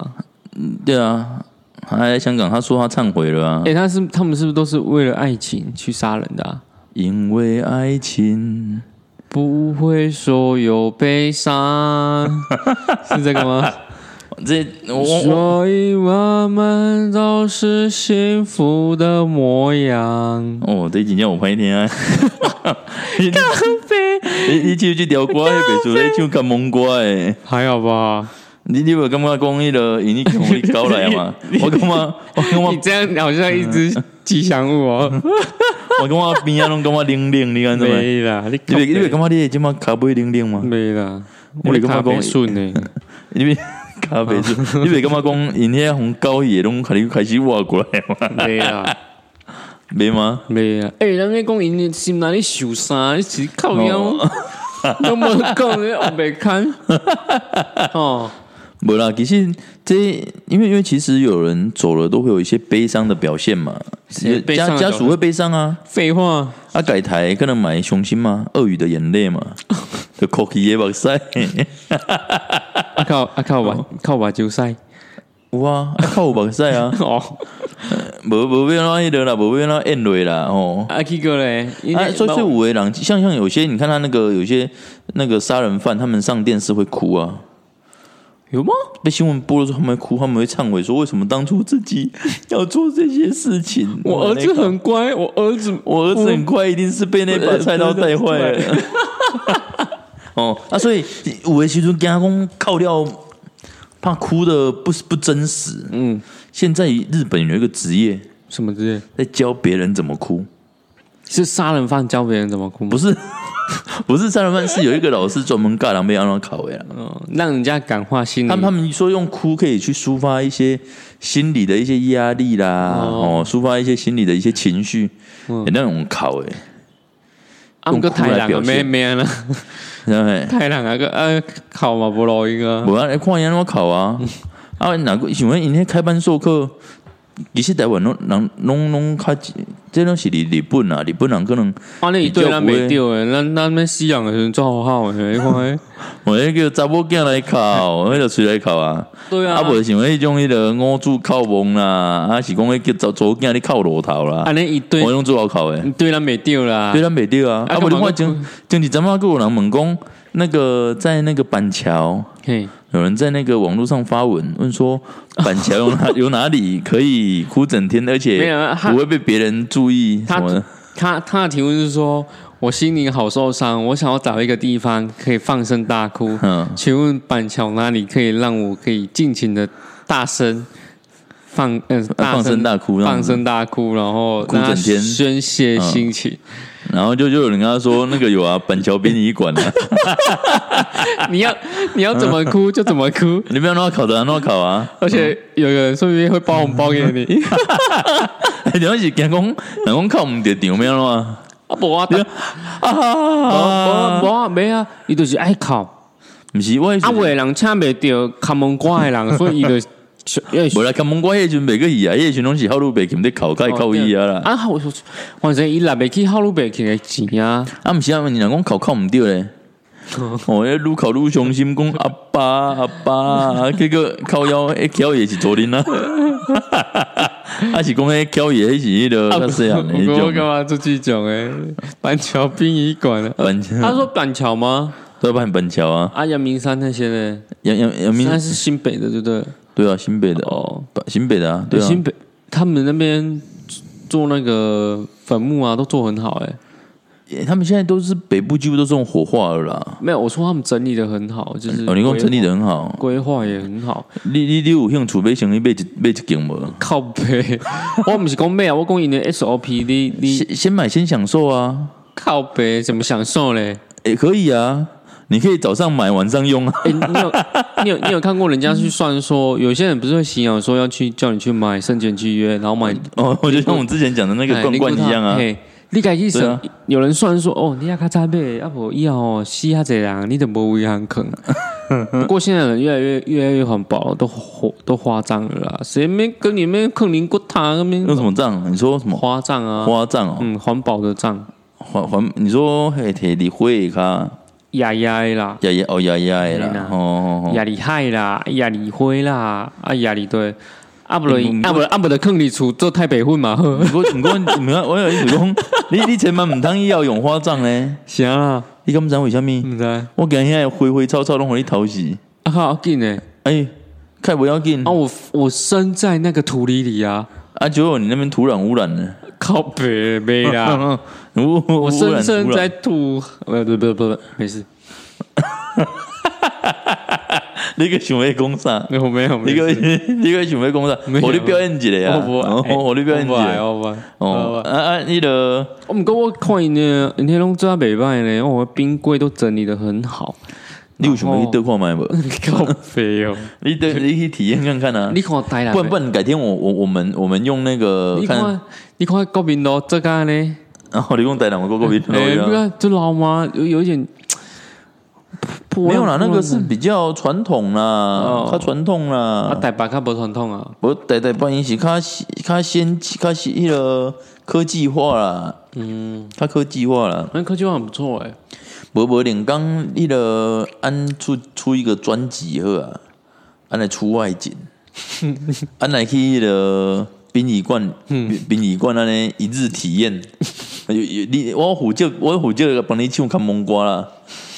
Speaker 1: 嗯对啊，他还在香港，他说他忏悔了啊
Speaker 2: 哎、，他是他们是不是都是为了爱情去杀人的、啊？
Speaker 1: 因为爱情，
Speaker 2: 不会说有悲 (laughs) 伤，是这个吗？
Speaker 1: 这我我
Speaker 2: 所以我们都是幸福的模样。
Speaker 1: 哦，这几件我拍 (laughs) 天啊，你你你去去调歌，那袂输咧唱干蒙歌诶。
Speaker 2: 还好吧？
Speaker 1: 你你有感觉讲迄个伊你讲 (laughs) 你搞来嘛？我感觉我感
Speaker 2: 你
Speaker 1: 觉
Speaker 2: 这样好像一只吉祥物哦。
Speaker 1: 我感觉旁边啊拢感觉零零，你安怎么？你
Speaker 2: (laughs) 没啊啦，你
Speaker 1: 袂你袂感觉你即马卡杯零零吗？
Speaker 2: 没啦，
Speaker 1: 我
Speaker 2: 我
Speaker 1: 是
Speaker 2: 的
Speaker 1: 感觉
Speaker 2: 咖
Speaker 1: 讲
Speaker 2: 啡顺呢。
Speaker 1: 你
Speaker 2: (laughs)
Speaker 1: 袂卡杯是？你袂感觉讲因遐红高野拢开始开始挖过来嘛？
Speaker 2: 没啦，
Speaker 1: 袂吗？
Speaker 2: 没 (laughs) 啦。哎，人家讲因心内咧受伤，你是靠腰。那么讲，你我没看。 (laughs) 哦，
Speaker 1: 无啦，其实这因为因为其实有人走了都会有一些悲伤的表现嘛，
Speaker 2: 谁悲伤
Speaker 1: 家
Speaker 2: 的
Speaker 1: 家
Speaker 2: 表
Speaker 1: 属会悲伤啊。
Speaker 2: 废话，
Speaker 1: 啊，改台可能买雄心嘛，鳄鱼的眼泪
Speaker 2: (laughs)
Speaker 1: 嘛，的 cookie 也目屎。 (laughs)
Speaker 2: 啊靠啊靠
Speaker 1: 哦
Speaker 2: 吧，靠吧就塞。
Speaker 1: 有啊，啊靠有目屎啊， (laughs)
Speaker 2: 哦，
Speaker 1: 无无要那迄个啦，无要那眼泪啦吼。
Speaker 2: 啊 K 哥嘞，因
Speaker 1: 啊，
Speaker 2: 为
Speaker 1: 所以所以五的人，像像有些你看他那个有些那个杀人犯，他们上电视会哭啊，
Speaker 2: 有吗？
Speaker 1: 被新闻播的时候他们会哭，他们会忏悔说为什么当初自己要做这些事情。
Speaker 2: (laughs) 我儿子
Speaker 1: 那个，
Speaker 2: 很乖，我儿子
Speaker 1: 我儿子很快一定是被那把菜刀带坏
Speaker 2: (laughs)
Speaker 1: 了。 (laughs) 哦，啊，所以有的时阵惊讲靠掉，怕哭的不是不真实。嗯，现在日本有一个职业
Speaker 2: 什么之类，
Speaker 1: 在教别人怎么哭，
Speaker 2: 是杀人犯教别人怎么哭吗？
Speaker 1: 不是 (laughs) 不是杀人犯，是有一个老师专门尬狼被安装考的啦。
Speaker 2: 哦让人家感化心理。
Speaker 1: 他们他们说用哭可以去抒发一些心理的一些压力啦，哦抒发一些心理的一些情绪，
Speaker 2: 嗯
Speaker 1: 欸那种考哎，
Speaker 2: 啊，们个太人
Speaker 1: 用哭来表
Speaker 2: 啊，
Speaker 1: 现
Speaker 2: 没
Speaker 1: (laughs)
Speaker 2: 没啊，
Speaker 1: 对不对？
Speaker 2: 太人啊个啊，考嘛不容易啊。
Speaker 1: 无啊，看伊安怎考啊？
Speaker 2: (laughs)
Speaker 1: 啊，哪个想问因迄开班授课，其实台湾拢人拢拢较，这拢是日日本啊，日本人可能
Speaker 2: 啊，那一对
Speaker 1: 比较
Speaker 2: 咱
Speaker 1: 不会
Speaker 2: 没掉诶，咱咱们西洋的人做好好诶，你看诶，
Speaker 1: (laughs) 我迄叫查某囝来
Speaker 2: (laughs)
Speaker 1: 考，迄个谁来考啊？
Speaker 2: 对啊
Speaker 1: 啊，，无想迄种迄个五主靠蒙啦，啊是讲迄叫查查某囝咧靠路头
Speaker 2: 啊
Speaker 1: 啦，
Speaker 2: 那一对
Speaker 1: 我拢做好考欸诶。
Speaker 2: 一对咱没掉啦
Speaker 1: 对，咱袂对啊！
Speaker 2: 啊
Speaker 1: 啊，无你
Speaker 2: 干嘛
Speaker 1: 看前前一阵仔，佫有人问讲，那个在那个板桥，
Speaker 2: 嘿，
Speaker 1: 有人在那个网络上发文问说，
Speaker 2: (laughs)
Speaker 1: 板桥有哪有哪里可以哭整天，而
Speaker 2: 没
Speaker 1: 且
Speaker 2: 有啊他
Speaker 1: 不会被别人注意
Speaker 2: 他
Speaker 1: 什么的？
Speaker 2: 他他的提问是说，我心灵好受伤，我想要找一个地方可以放声大哭，
Speaker 1: (laughs) 嗯，
Speaker 2: 请问板桥哪里可以让我可以尽情的大声放嗯、大
Speaker 1: 放声大哭那种
Speaker 2: 放声大哭，然后
Speaker 1: 哭整
Speaker 2: 让它
Speaker 1: 天
Speaker 2: 宣泄心情？
Speaker 1: 然后就就有人跟他说，那个有啊，板桥殡仪馆
Speaker 2: (laughs)
Speaker 1: 啊，
Speaker 2: 你要你要怎么哭 (laughs) 就怎么哭，
Speaker 1: 你不要让他考的，让他考啊！ (laughs)
Speaker 2: 而且有个人说不定会包红包给 (laughs) 你。
Speaker 1: 你要是惊讲，人讲考唔着场面了嘛？
Speaker 2: 啊不啊，啊
Speaker 1: 啊，
Speaker 2: 不啊，没啊，伊就是爱哭。
Speaker 1: 不是，我
Speaker 2: 啊，有的人请袂到看门关的 (laughs) 人，所以伊就要
Speaker 1: 无啦，看蒙我迄阵袂个伊啊，迄阵拢是好路北京咧考，
Speaker 2: 哦
Speaker 1: 该考伊啊啦。
Speaker 2: 啊，我反正伊拿袂起好路袂起的钱啊，
Speaker 1: 啊，毋是啊，你若讲考考毋对咧。哦，迄愈考愈伤心，讲阿爸阿爸，啊，结果靠腰迄翘也是左邻
Speaker 2: (laughs)
Speaker 1: 啊，啊是讲迄翘也是迄
Speaker 2: 啊
Speaker 1: 落较细汉的
Speaker 2: 不
Speaker 1: 迄
Speaker 2: 过我干
Speaker 1: 种，
Speaker 2: 嘛做这种诶？板桥殡仪馆啊，
Speaker 1: 板
Speaker 2: 他
Speaker 1: 桥
Speaker 2: 说板桥吗？
Speaker 1: 都办板桥啊，
Speaker 2: 啊，阳明山那些呢？
Speaker 1: 阳阳阳明
Speaker 2: 那是新北的，对不对？
Speaker 1: 对啊，新北的
Speaker 2: 哦，
Speaker 1: 新北的啊，对啊，
Speaker 2: 新北他们那边做那个坟墓啊，都做很好哎。
Speaker 1: 诶他们现在都是北部几乎都是用火化了啦，
Speaker 2: 没有，我说他们整理的很好，就是
Speaker 1: 哦，你讲整理
Speaker 2: 的
Speaker 1: 的很好，
Speaker 2: 规划也很好。
Speaker 1: 你你你有兴趣买生意买一买一间无？
Speaker 2: 靠背， (laughs) 我不是讲咩啊，我讲你的 SOP，你你
Speaker 1: 先先买先享受啊，
Speaker 2: 靠背怎么享受嘞？
Speaker 1: 也可以啊，你可以早上买晚上用啊。
Speaker 2: 哎、你有你有你有看过人家去算说，有些人不是会信仰说要去叫你去买圣前契约，然后买
Speaker 1: 哦，我就像我们之前讲的那个
Speaker 2: 哎
Speaker 1: 罐罐
Speaker 2: 灵骨塔
Speaker 1: 一样啊，
Speaker 2: 嘿，你家去
Speaker 1: 对
Speaker 2: 算
Speaker 1: 啊，
Speaker 2: 有人算说哦，你要较早买，啊无以后死遐济人，你都无位
Speaker 1: (laughs)
Speaker 2: 通坑。啊不过现在人越来越越来越环保了，都花都花张了啦，谁没跟你们坑林骨塔那边
Speaker 1: 用什么啊账？你说什么
Speaker 2: 花葬啊？
Speaker 1: 花账哦？
Speaker 2: 嗯，环保的葬，
Speaker 1: 还还你说嘿，铁力会卡
Speaker 2: 压压的啦，
Speaker 1: 呀呀哦呀呀的
Speaker 2: 对
Speaker 1: 啦
Speaker 2: 啦，
Speaker 1: 哦哦哦，
Speaker 2: 压力海啦，压力灰啦，啊压力对，啊不
Speaker 1: 嗯
Speaker 2: 然啊不然啊不然坑里厝做台北
Speaker 1: (laughs)
Speaker 2: 混嘛，呵
Speaker 1: 不过不过你们我有意思
Speaker 2: (laughs)
Speaker 1: 讲，你你千万唔通要用花账呢？
Speaker 2: 啥啦？
Speaker 1: 你敢不知道为什么？
Speaker 2: 唔知道
Speaker 1: 我今日灰灰草草拢互你偷袭，
Speaker 2: 啊好紧诶，
Speaker 1: 哎，太不要紧
Speaker 2: 啊我我生在那个土里里啊，
Speaker 1: 啊！结果你那边土壤污染了，
Speaker 2: 靠北北
Speaker 1: (laughs)
Speaker 2: 啦。 (laughs)
Speaker 1: 污
Speaker 2: 我
Speaker 1: 污染
Speaker 2: 深深
Speaker 1: 土壤
Speaker 2: 在吐，呃，不不不不， (laughs) 没事，
Speaker 1: 你个想要讲啥？
Speaker 2: (laughs) 我没有，
Speaker 1: 你
Speaker 2: 没
Speaker 1: 个
Speaker 2: 事，
Speaker 1: 你个想 (laughs) 要讲啥
Speaker 2: 没？有
Speaker 1: 我你表演一个
Speaker 2: 我
Speaker 1: 啊！
Speaker 2: 不
Speaker 1: 哦
Speaker 2: 爱，
Speaker 1: 我你表演一
Speaker 2: 我不爱
Speaker 1: 个。
Speaker 2: 我不爱
Speaker 1: 哦
Speaker 2: 哦，
Speaker 1: 啊啊！你的
Speaker 2: 我们跟我看因呢，因天拢做啊袂歹呢，我的冰柜都整理的很好，
Speaker 1: 你有想要去
Speaker 2: 然后
Speaker 1: 得看买无？
Speaker 2: (laughs) 靠肥哦，
Speaker 1: 你得你去体验看看啊！
Speaker 2: 嗯 (laughs) 你看我呆啦，
Speaker 1: 不然不然，改天我我我们我们用那个 (laughs)
Speaker 2: 你
Speaker 1: 看，
Speaker 2: 看你看国民党这个呢，
Speaker 1: 然后你用台南我过过别
Speaker 2: 哎，不看这老吗？有有一点
Speaker 1: 没有啦，那个是比较传统啦
Speaker 2: 哦，
Speaker 1: 较传统
Speaker 2: 啊，
Speaker 1: 啦。
Speaker 2: 台北较无传统啊，
Speaker 1: 我台台办一起，较较先较是迄个科技化啦，嗯，较科技化啦。
Speaker 2: 那科技化很不错哎，
Speaker 1: 无无连刚迄个安出出一个专辑好啊，安来出外景， (laughs) 安来去迄个殡仪馆，殡仪馆安尼一日体验。有有你我虎叫我虎叫帮你唱看蒙瓜啦，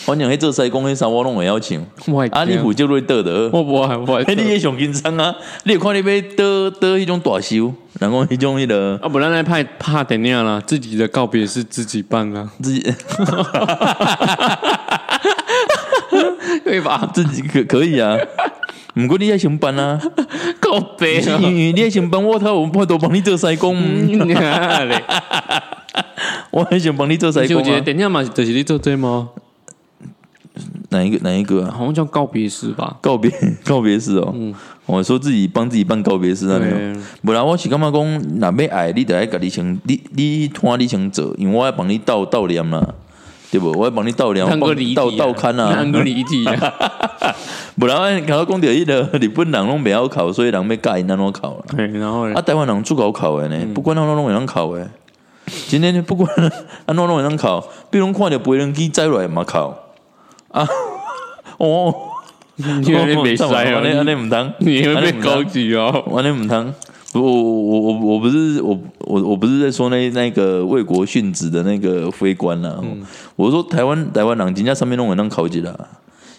Speaker 1: 反正迄做西工迄啥我拢会晓唱，
Speaker 2: 我
Speaker 1: 啊你虎叫会倒的。
Speaker 2: 我不爱我
Speaker 1: 迄你也上紧张啊！你有看你要倒倒迄种大秀，然后迄种迄、个
Speaker 2: 啊，不然来拍拍电影啦，自己的告别是自己办啦，
Speaker 1: 自己
Speaker 2: 对吧？
Speaker 1: 自己可可以啊，毋过你要上班啊。
Speaker 2: 告别
Speaker 1: 是因为你也想帮我，他我我都帮你做西工，我很想帮你做西
Speaker 2: 而且我
Speaker 1: 工
Speaker 2: 觉得
Speaker 1: 啊。
Speaker 2: 电影嘛，就是你做这吗？
Speaker 1: 哪一个哪一个啊？
Speaker 2: 好像叫告别式吧？
Speaker 1: 告别告别式哦，我说自己帮自己办告别式那没有
Speaker 2: 对？
Speaker 1: 不然我是感觉讲，若要爱你得爱家己先，你你看你先做，因为我要帮你倒倒念啦，对不？我要帮你倒念，
Speaker 2: 看
Speaker 1: 我
Speaker 2: 过
Speaker 1: 帮你
Speaker 2: 离
Speaker 1: 倒
Speaker 2: 题，
Speaker 1: 倒看啊
Speaker 2: 看。过离题啊！
Speaker 1: 不然我讲到讲到迄个日本人拢袂晓考，所以人要教因安怎考啦。
Speaker 2: 嘿然后嘞
Speaker 1: 啊，，台湾人足够考的
Speaker 2: 嗯
Speaker 1: 呢，不管安怎拢会通考的。今天不管安怎拢会通考，比如讲看着无人机载落来嘛考啊， (laughs) 哦，
Speaker 2: 你有点没塞
Speaker 1: 啊安尼安
Speaker 2: 哦，
Speaker 1: 尼毋通，
Speaker 2: 你你会
Speaker 1: 安尼
Speaker 2: 被
Speaker 1: 唔通
Speaker 2: 高级哦。
Speaker 1: 安尼毋通。我我我我不是我我我不是在说那那个为国殉职的那个非官啦、
Speaker 2: 嗯
Speaker 1: 我说台湾台湾人真正上面拢会通考级啦，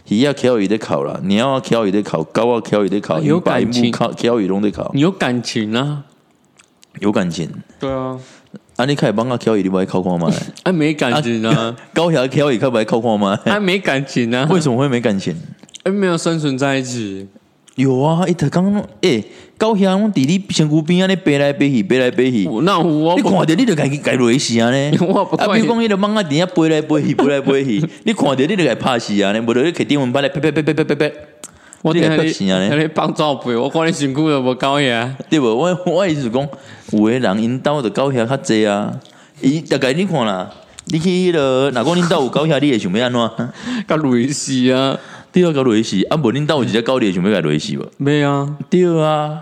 Speaker 1: 鱼要考也得考啦，鸟啊考也得考，狗啊考也得考，
Speaker 2: 有
Speaker 1: 银白
Speaker 2: 感
Speaker 1: 木
Speaker 2: 情
Speaker 1: 考考也拢得考，
Speaker 2: 你有感情啊？
Speaker 1: 有感情。
Speaker 2: 对啊，
Speaker 1: 啊，你开始帮我敲伊，你不爱敲看吗？
Speaker 2: (laughs) 啊没感情啊，
Speaker 1: 高桥敲伊，较不爱敲看吗？
Speaker 2: (laughs) 啊没感情啊，
Speaker 1: 为什么会没感情？
Speaker 2: 啊没有生存在一起。
Speaker 1: 有啊，伊特刚刚诶，高桥拢伫你身躯边安尼飞来飞去，飞来飞去。
Speaker 2: 我那我
Speaker 1: 你
Speaker 2: 不。
Speaker 1: 看着你就家己家落去死安尼
Speaker 2: (laughs) 我不
Speaker 1: 啊，
Speaker 2: 怪
Speaker 1: 比如
Speaker 2: 你
Speaker 1: 讲，迄个蠓仔伫遐飞来飞去，飞来飞
Speaker 2: (laughs)
Speaker 1: 去，你看着你就家拍死安尼，无就你摕电蚊拍来啪啪啪啪啪啪啪，
Speaker 2: 我
Speaker 1: 你
Speaker 2: 顶下
Speaker 1: 家
Speaker 2: 你
Speaker 1: 拍死安
Speaker 2: 下
Speaker 1: 尼，
Speaker 2: 你放照片，我看你辛苦了无高呀。
Speaker 1: 对无？我我意思是讲，有诶人因兜着高遐较济啊，伊大概你看啦，你去迄落，若讲恁兜有高遐，你会想要安怎？
Speaker 2: (laughs) 甲瑞士啊，
Speaker 1: 对啊，搞雷死啊！无恁兜有一只高铁想要甲雷死无？
Speaker 2: 没啊，
Speaker 1: 对啊，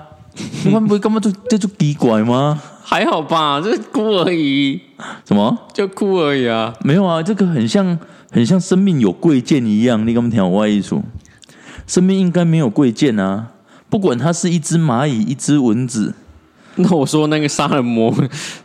Speaker 1: 我
Speaker 2: (laughs)
Speaker 1: 们不会感觉这这就奇怪吗？
Speaker 2: 还好吧，就是哭而已，
Speaker 1: 什么？
Speaker 2: 就哭而已啊。
Speaker 1: 没有啊，这个很像很像生命有贵贱一样，你敢不听我意思？生命应该没有贵贱啊，不管它是一只蚂蚁，一只蚊子，
Speaker 2: 那我说那个杀人魔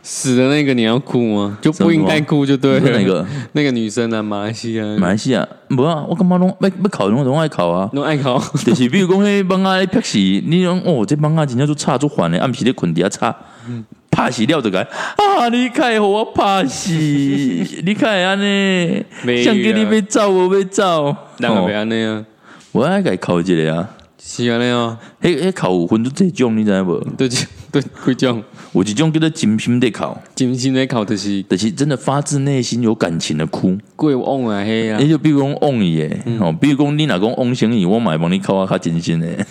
Speaker 2: 死的那个，你要哭吗？就不应该哭就对
Speaker 1: 你说
Speaker 2: 了。
Speaker 1: 哪个？
Speaker 2: (laughs) 那个女生啊，马来西亚，。
Speaker 1: 马来西亚无啊，我感觉拢要要考拢拢爱考啊
Speaker 2: 侬爱 (laughs) 考，
Speaker 1: 就是比如讲，迄蚊仔咧劈死，你讲哦，这蚊仔真正就差足烦的，暗时咧困伫遐吵，
Speaker 2: 嗯
Speaker 1: 拍死了就该啊，你开互我拍
Speaker 2: (laughs)
Speaker 1: 死，你开安尼
Speaker 2: 没，啊
Speaker 1: 想叫你要走无要走，
Speaker 2: 人也袂安尼啊，
Speaker 1: 我爱伊哭一个啊，
Speaker 2: 是安尼啊，
Speaker 1: 迄迄哭有分做这种，你知无？
Speaker 2: 对对，几种
Speaker 1: 有一种叫做真心的哭，
Speaker 2: 真心的考就是
Speaker 1: 就是真的发自内心有感情的哭。
Speaker 2: 过往啊嘿啊
Speaker 1: 你，就比如讲翁伊诶，吼，比如讲你若讲翁生伊，我嘛会帮你哭啊较真心诶。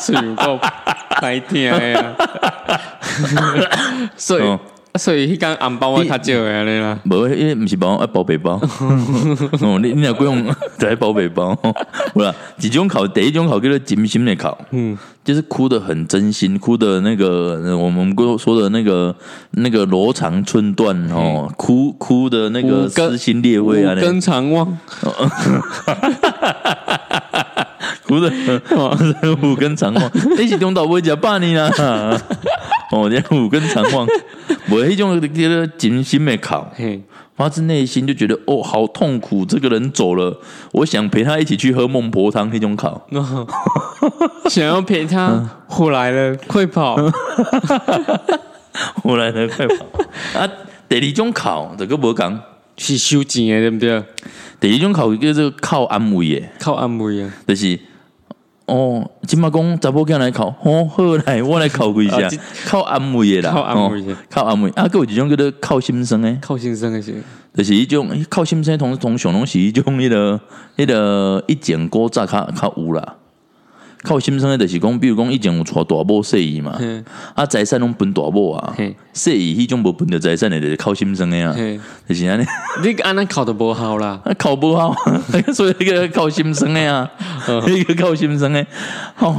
Speaker 2: 是有够白听的啊， (laughs) 所以、
Speaker 1: 哦
Speaker 2: 所以迄工红包我较少的安尼啦。
Speaker 1: 无，因为毋是包，啊包背包。哦，你你若过用 (laughs) 在包背包，不啦，一种考，第一种考叫做真心的考，嗯，就是哭得很真心，哭的那个呃我们过说的那个那个罗长寸断哦，哭哭的那个
Speaker 2: 五根
Speaker 1: 撕心裂肺啊，
Speaker 2: 五
Speaker 1: 那
Speaker 2: 根长望，
Speaker 1: 哭的五根长望，你是中岛不会食饱呢啦。哦，这五根长望，无迄种叫做真心的哭。
Speaker 2: 嘿，
Speaker 1: 发自内心就觉得哦，好痛苦，这个人走了，我想陪他一起去喝孟婆汤那种考。
Speaker 2: 想要陪他，火来了，快跑！
Speaker 1: 后来呢，快跑啊！第二种考，这个无讲，
Speaker 2: 是收钱的，对不对？
Speaker 1: 第二种考叫做靠安慰的，
Speaker 2: 靠安慰啊！
Speaker 1: 就是哦，今嘛讲查某囝来考，哦，好来我来考过一下
Speaker 2: 啊这，
Speaker 1: 靠安慰的啦，
Speaker 2: 靠安慰的
Speaker 1: 哦靠安慰啊，还有一种叫做靠心声的，
Speaker 2: 靠先生的是，
Speaker 1: 就是一种诶靠心声的同同熊拢是一种迄、那个迄、那个一剪锅炸较较有啦。靠心声的，就是讲，比如讲，以前有娶大某细姨嘛，
Speaker 2: 嗯，
Speaker 1: 啊，财产拢分大某啊
Speaker 2: 嘿，
Speaker 1: 说伊迄种无分着财产的，就是靠心生的啊，
Speaker 2: 嘿，
Speaker 1: 就是安尼，
Speaker 2: 你安那考的不好啦，
Speaker 1: 啊靠无好，所以迄个靠心生的啊，迄个靠心生的，吼，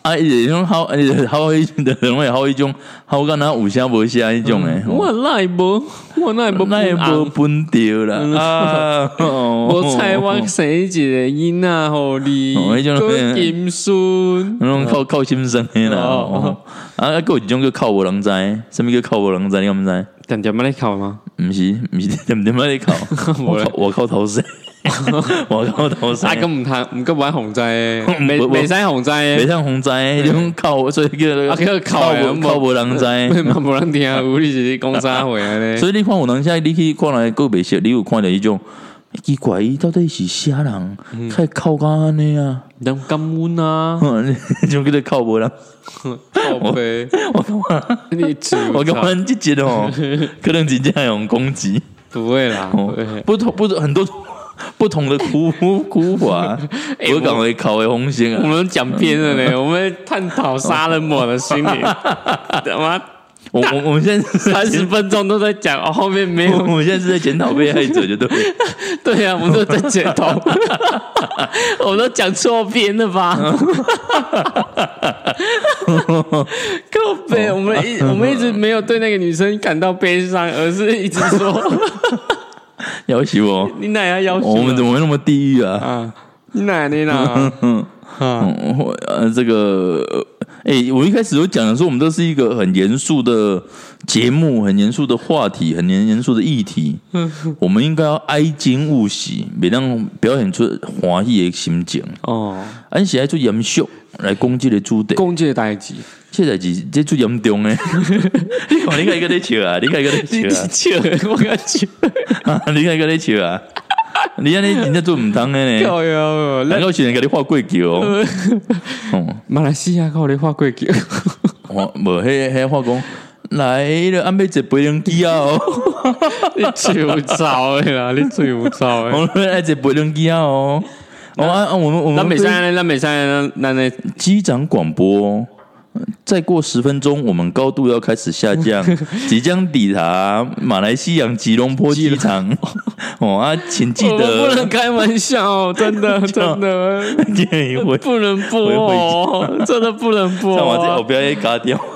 Speaker 1: 啊，伊种好，伊好迄的人会好迄种，好敢若有啥无啥迄种诶，
Speaker 2: 我那无，我那无，
Speaker 1: 那也无
Speaker 2: 红，
Speaker 1: 分着啦，啊，
Speaker 2: 我
Speaker 1: 我
Speaker 2: 猜我生一个囡仔互你
Speaker 1: 哦那种，
Speaker 2: 哥金孙，
Speaker 1: 那种靠靠心生的啦，
Speaker 2: 哦
Speaker 1: 哦啊，还有一种叫靠无人知，什物叫靠无人知，你敢毋知？
Speaker 2: 点点么咧考吗？
Speaker 1: 毋是毋是点点仔咧哭我靠我靠头生，我靠头生
Speaker 2: 啊，，咁唔通，唔够玩红仔的，未
Speaker 1: 我
Speaker 2: 未使红仔的
Speaker 1: 袂。像洪灾迄种哭，所以叫
Speaker 2: 啊，
Speaker 1: 做
Speaker 2: 去考
Speaker 1: 靠
Speaker 2: 诶，
Speaker 1: 无靠无人知。
Speaker 2: 知，嘛无人听，有你是讲啥话咧？
Speaker 1: 所以你看有当下你去看来够袂熟，你有看着迄种奇怪，伊到底是啥人？开哭甲安尼啊，
Speaker 2: 人感恩啊，
Speaker 1: 迄种叫做靠无人。
Speaker 2: 宝贝，你主
Speaker 1: (laughs) 我感觉即集哦，可能真正会用攻击
Speaker 2: 不会啦，
Speaker 1: 哦
Speaker 2: 不会，
Speaker 1: 不同不同很多 (laughs) 不同的哭哭法，
Speaker 2: 欸
Speaker 1: 我感觉哭的风险啊
Speaker 2: 我。们讲偏了
Speaker 1: 嗯
Speaker 2: 嘞，我们探讨杀人魔的
Speaker 1: (laughs)
Speaker 2: 心理，他妈
Speaker 1: 我我我们现在
Speaker 2: 三十分钟都在讲，哦，后面没
Speaker 1: 我
Speaker 2: 有，
Speaker 1: (laughs) 我现在是在检讨被害者，就对了。
Speaker 2: 对啊，我们都在解
Speaker 1: (laughs)
Speaker 2: 头，我们都讲错边了吧？
Speaker 1: (laughs)
Speaker 2: 靠背，
Speaker 1: 哦
Speaker 2: 我们
Speaker 1: 嗯
Speaker 2: 一我们一直没有对那个女生感到悲伤，而是一直说。
Speaker 1: (laughs) 要挟我，哦
Speaker 2: 你奶奶要求
Speaker 1: 我们怎
Speaker 2: 么
Speaker 1: 么会那么地狱啊？
Speaker 2: 啊？你奶奶啦，啊
Speaker 1: 嗯，我呃，这个，哎、诶我一开始就讲了说，我们这是一个很严肃的节目，很严肃的话题，很严严肃的议题。我们应该要哀矜勿喜，别让表现出欢喜的心情，
Speaker 2: 哦，
Speaker 1: 而且还做严肃来攻击的主题。
Speaker 2: 公介代志，
Speaker 1: 现在是这最严 (laughs) 重的，你看，你看一个在笑啊，你看一个在
Speaker 2: 你
Speaker 1: 笑啊。
Speaker 2: 笑，我感觉
Speaker 1: 啊， (laughs) 你看个咧笑啊， (laughs) 你安尼真正做毋通 (laughs) 诶呢，
Speaker 2: 靠哟，
Speaker 1: 难
Speaker 2: 咱
Speaker 1: 道是人甲你画过 (laughs) 桥哦？哦，
Speaker 2: 马来西亚靠你画过桥，
Speaker 1: 我无迄迄话讲。来了，安倍坐飞龙机啊！ (laughs) 哦，
Speaker 2: 你最有招的 (laughs) 啦，你最有招的。
Speaker 1: 我们爱坐飞龙机啊！哦，哦啊啊！我们我
Speaker 2: 咱
Speaker 1: 们
Speaker 2: 美山人，咱美山人，咱咱咱
Speaker 1: 机长广播哦，再过十分钟，我们高度要开始下
Speaker 2: (laughs)
Speaker 1: 降，即将抵达马来西亚吉隆坡机场。 (laughs) 哦啊，请记
Speaker 2: 我们不
Speaker 1: 得 (laughs)
Speaker 2: 能开玩笑哦，真 (laughs) 的真的
Speaker 1: 建议回
Speaker 2: 不能播哦，真的不能播
Speaker 1: 但我这后
Speaker 2: 哦。
Speaker 1: 边也嘎掉。 (laughs)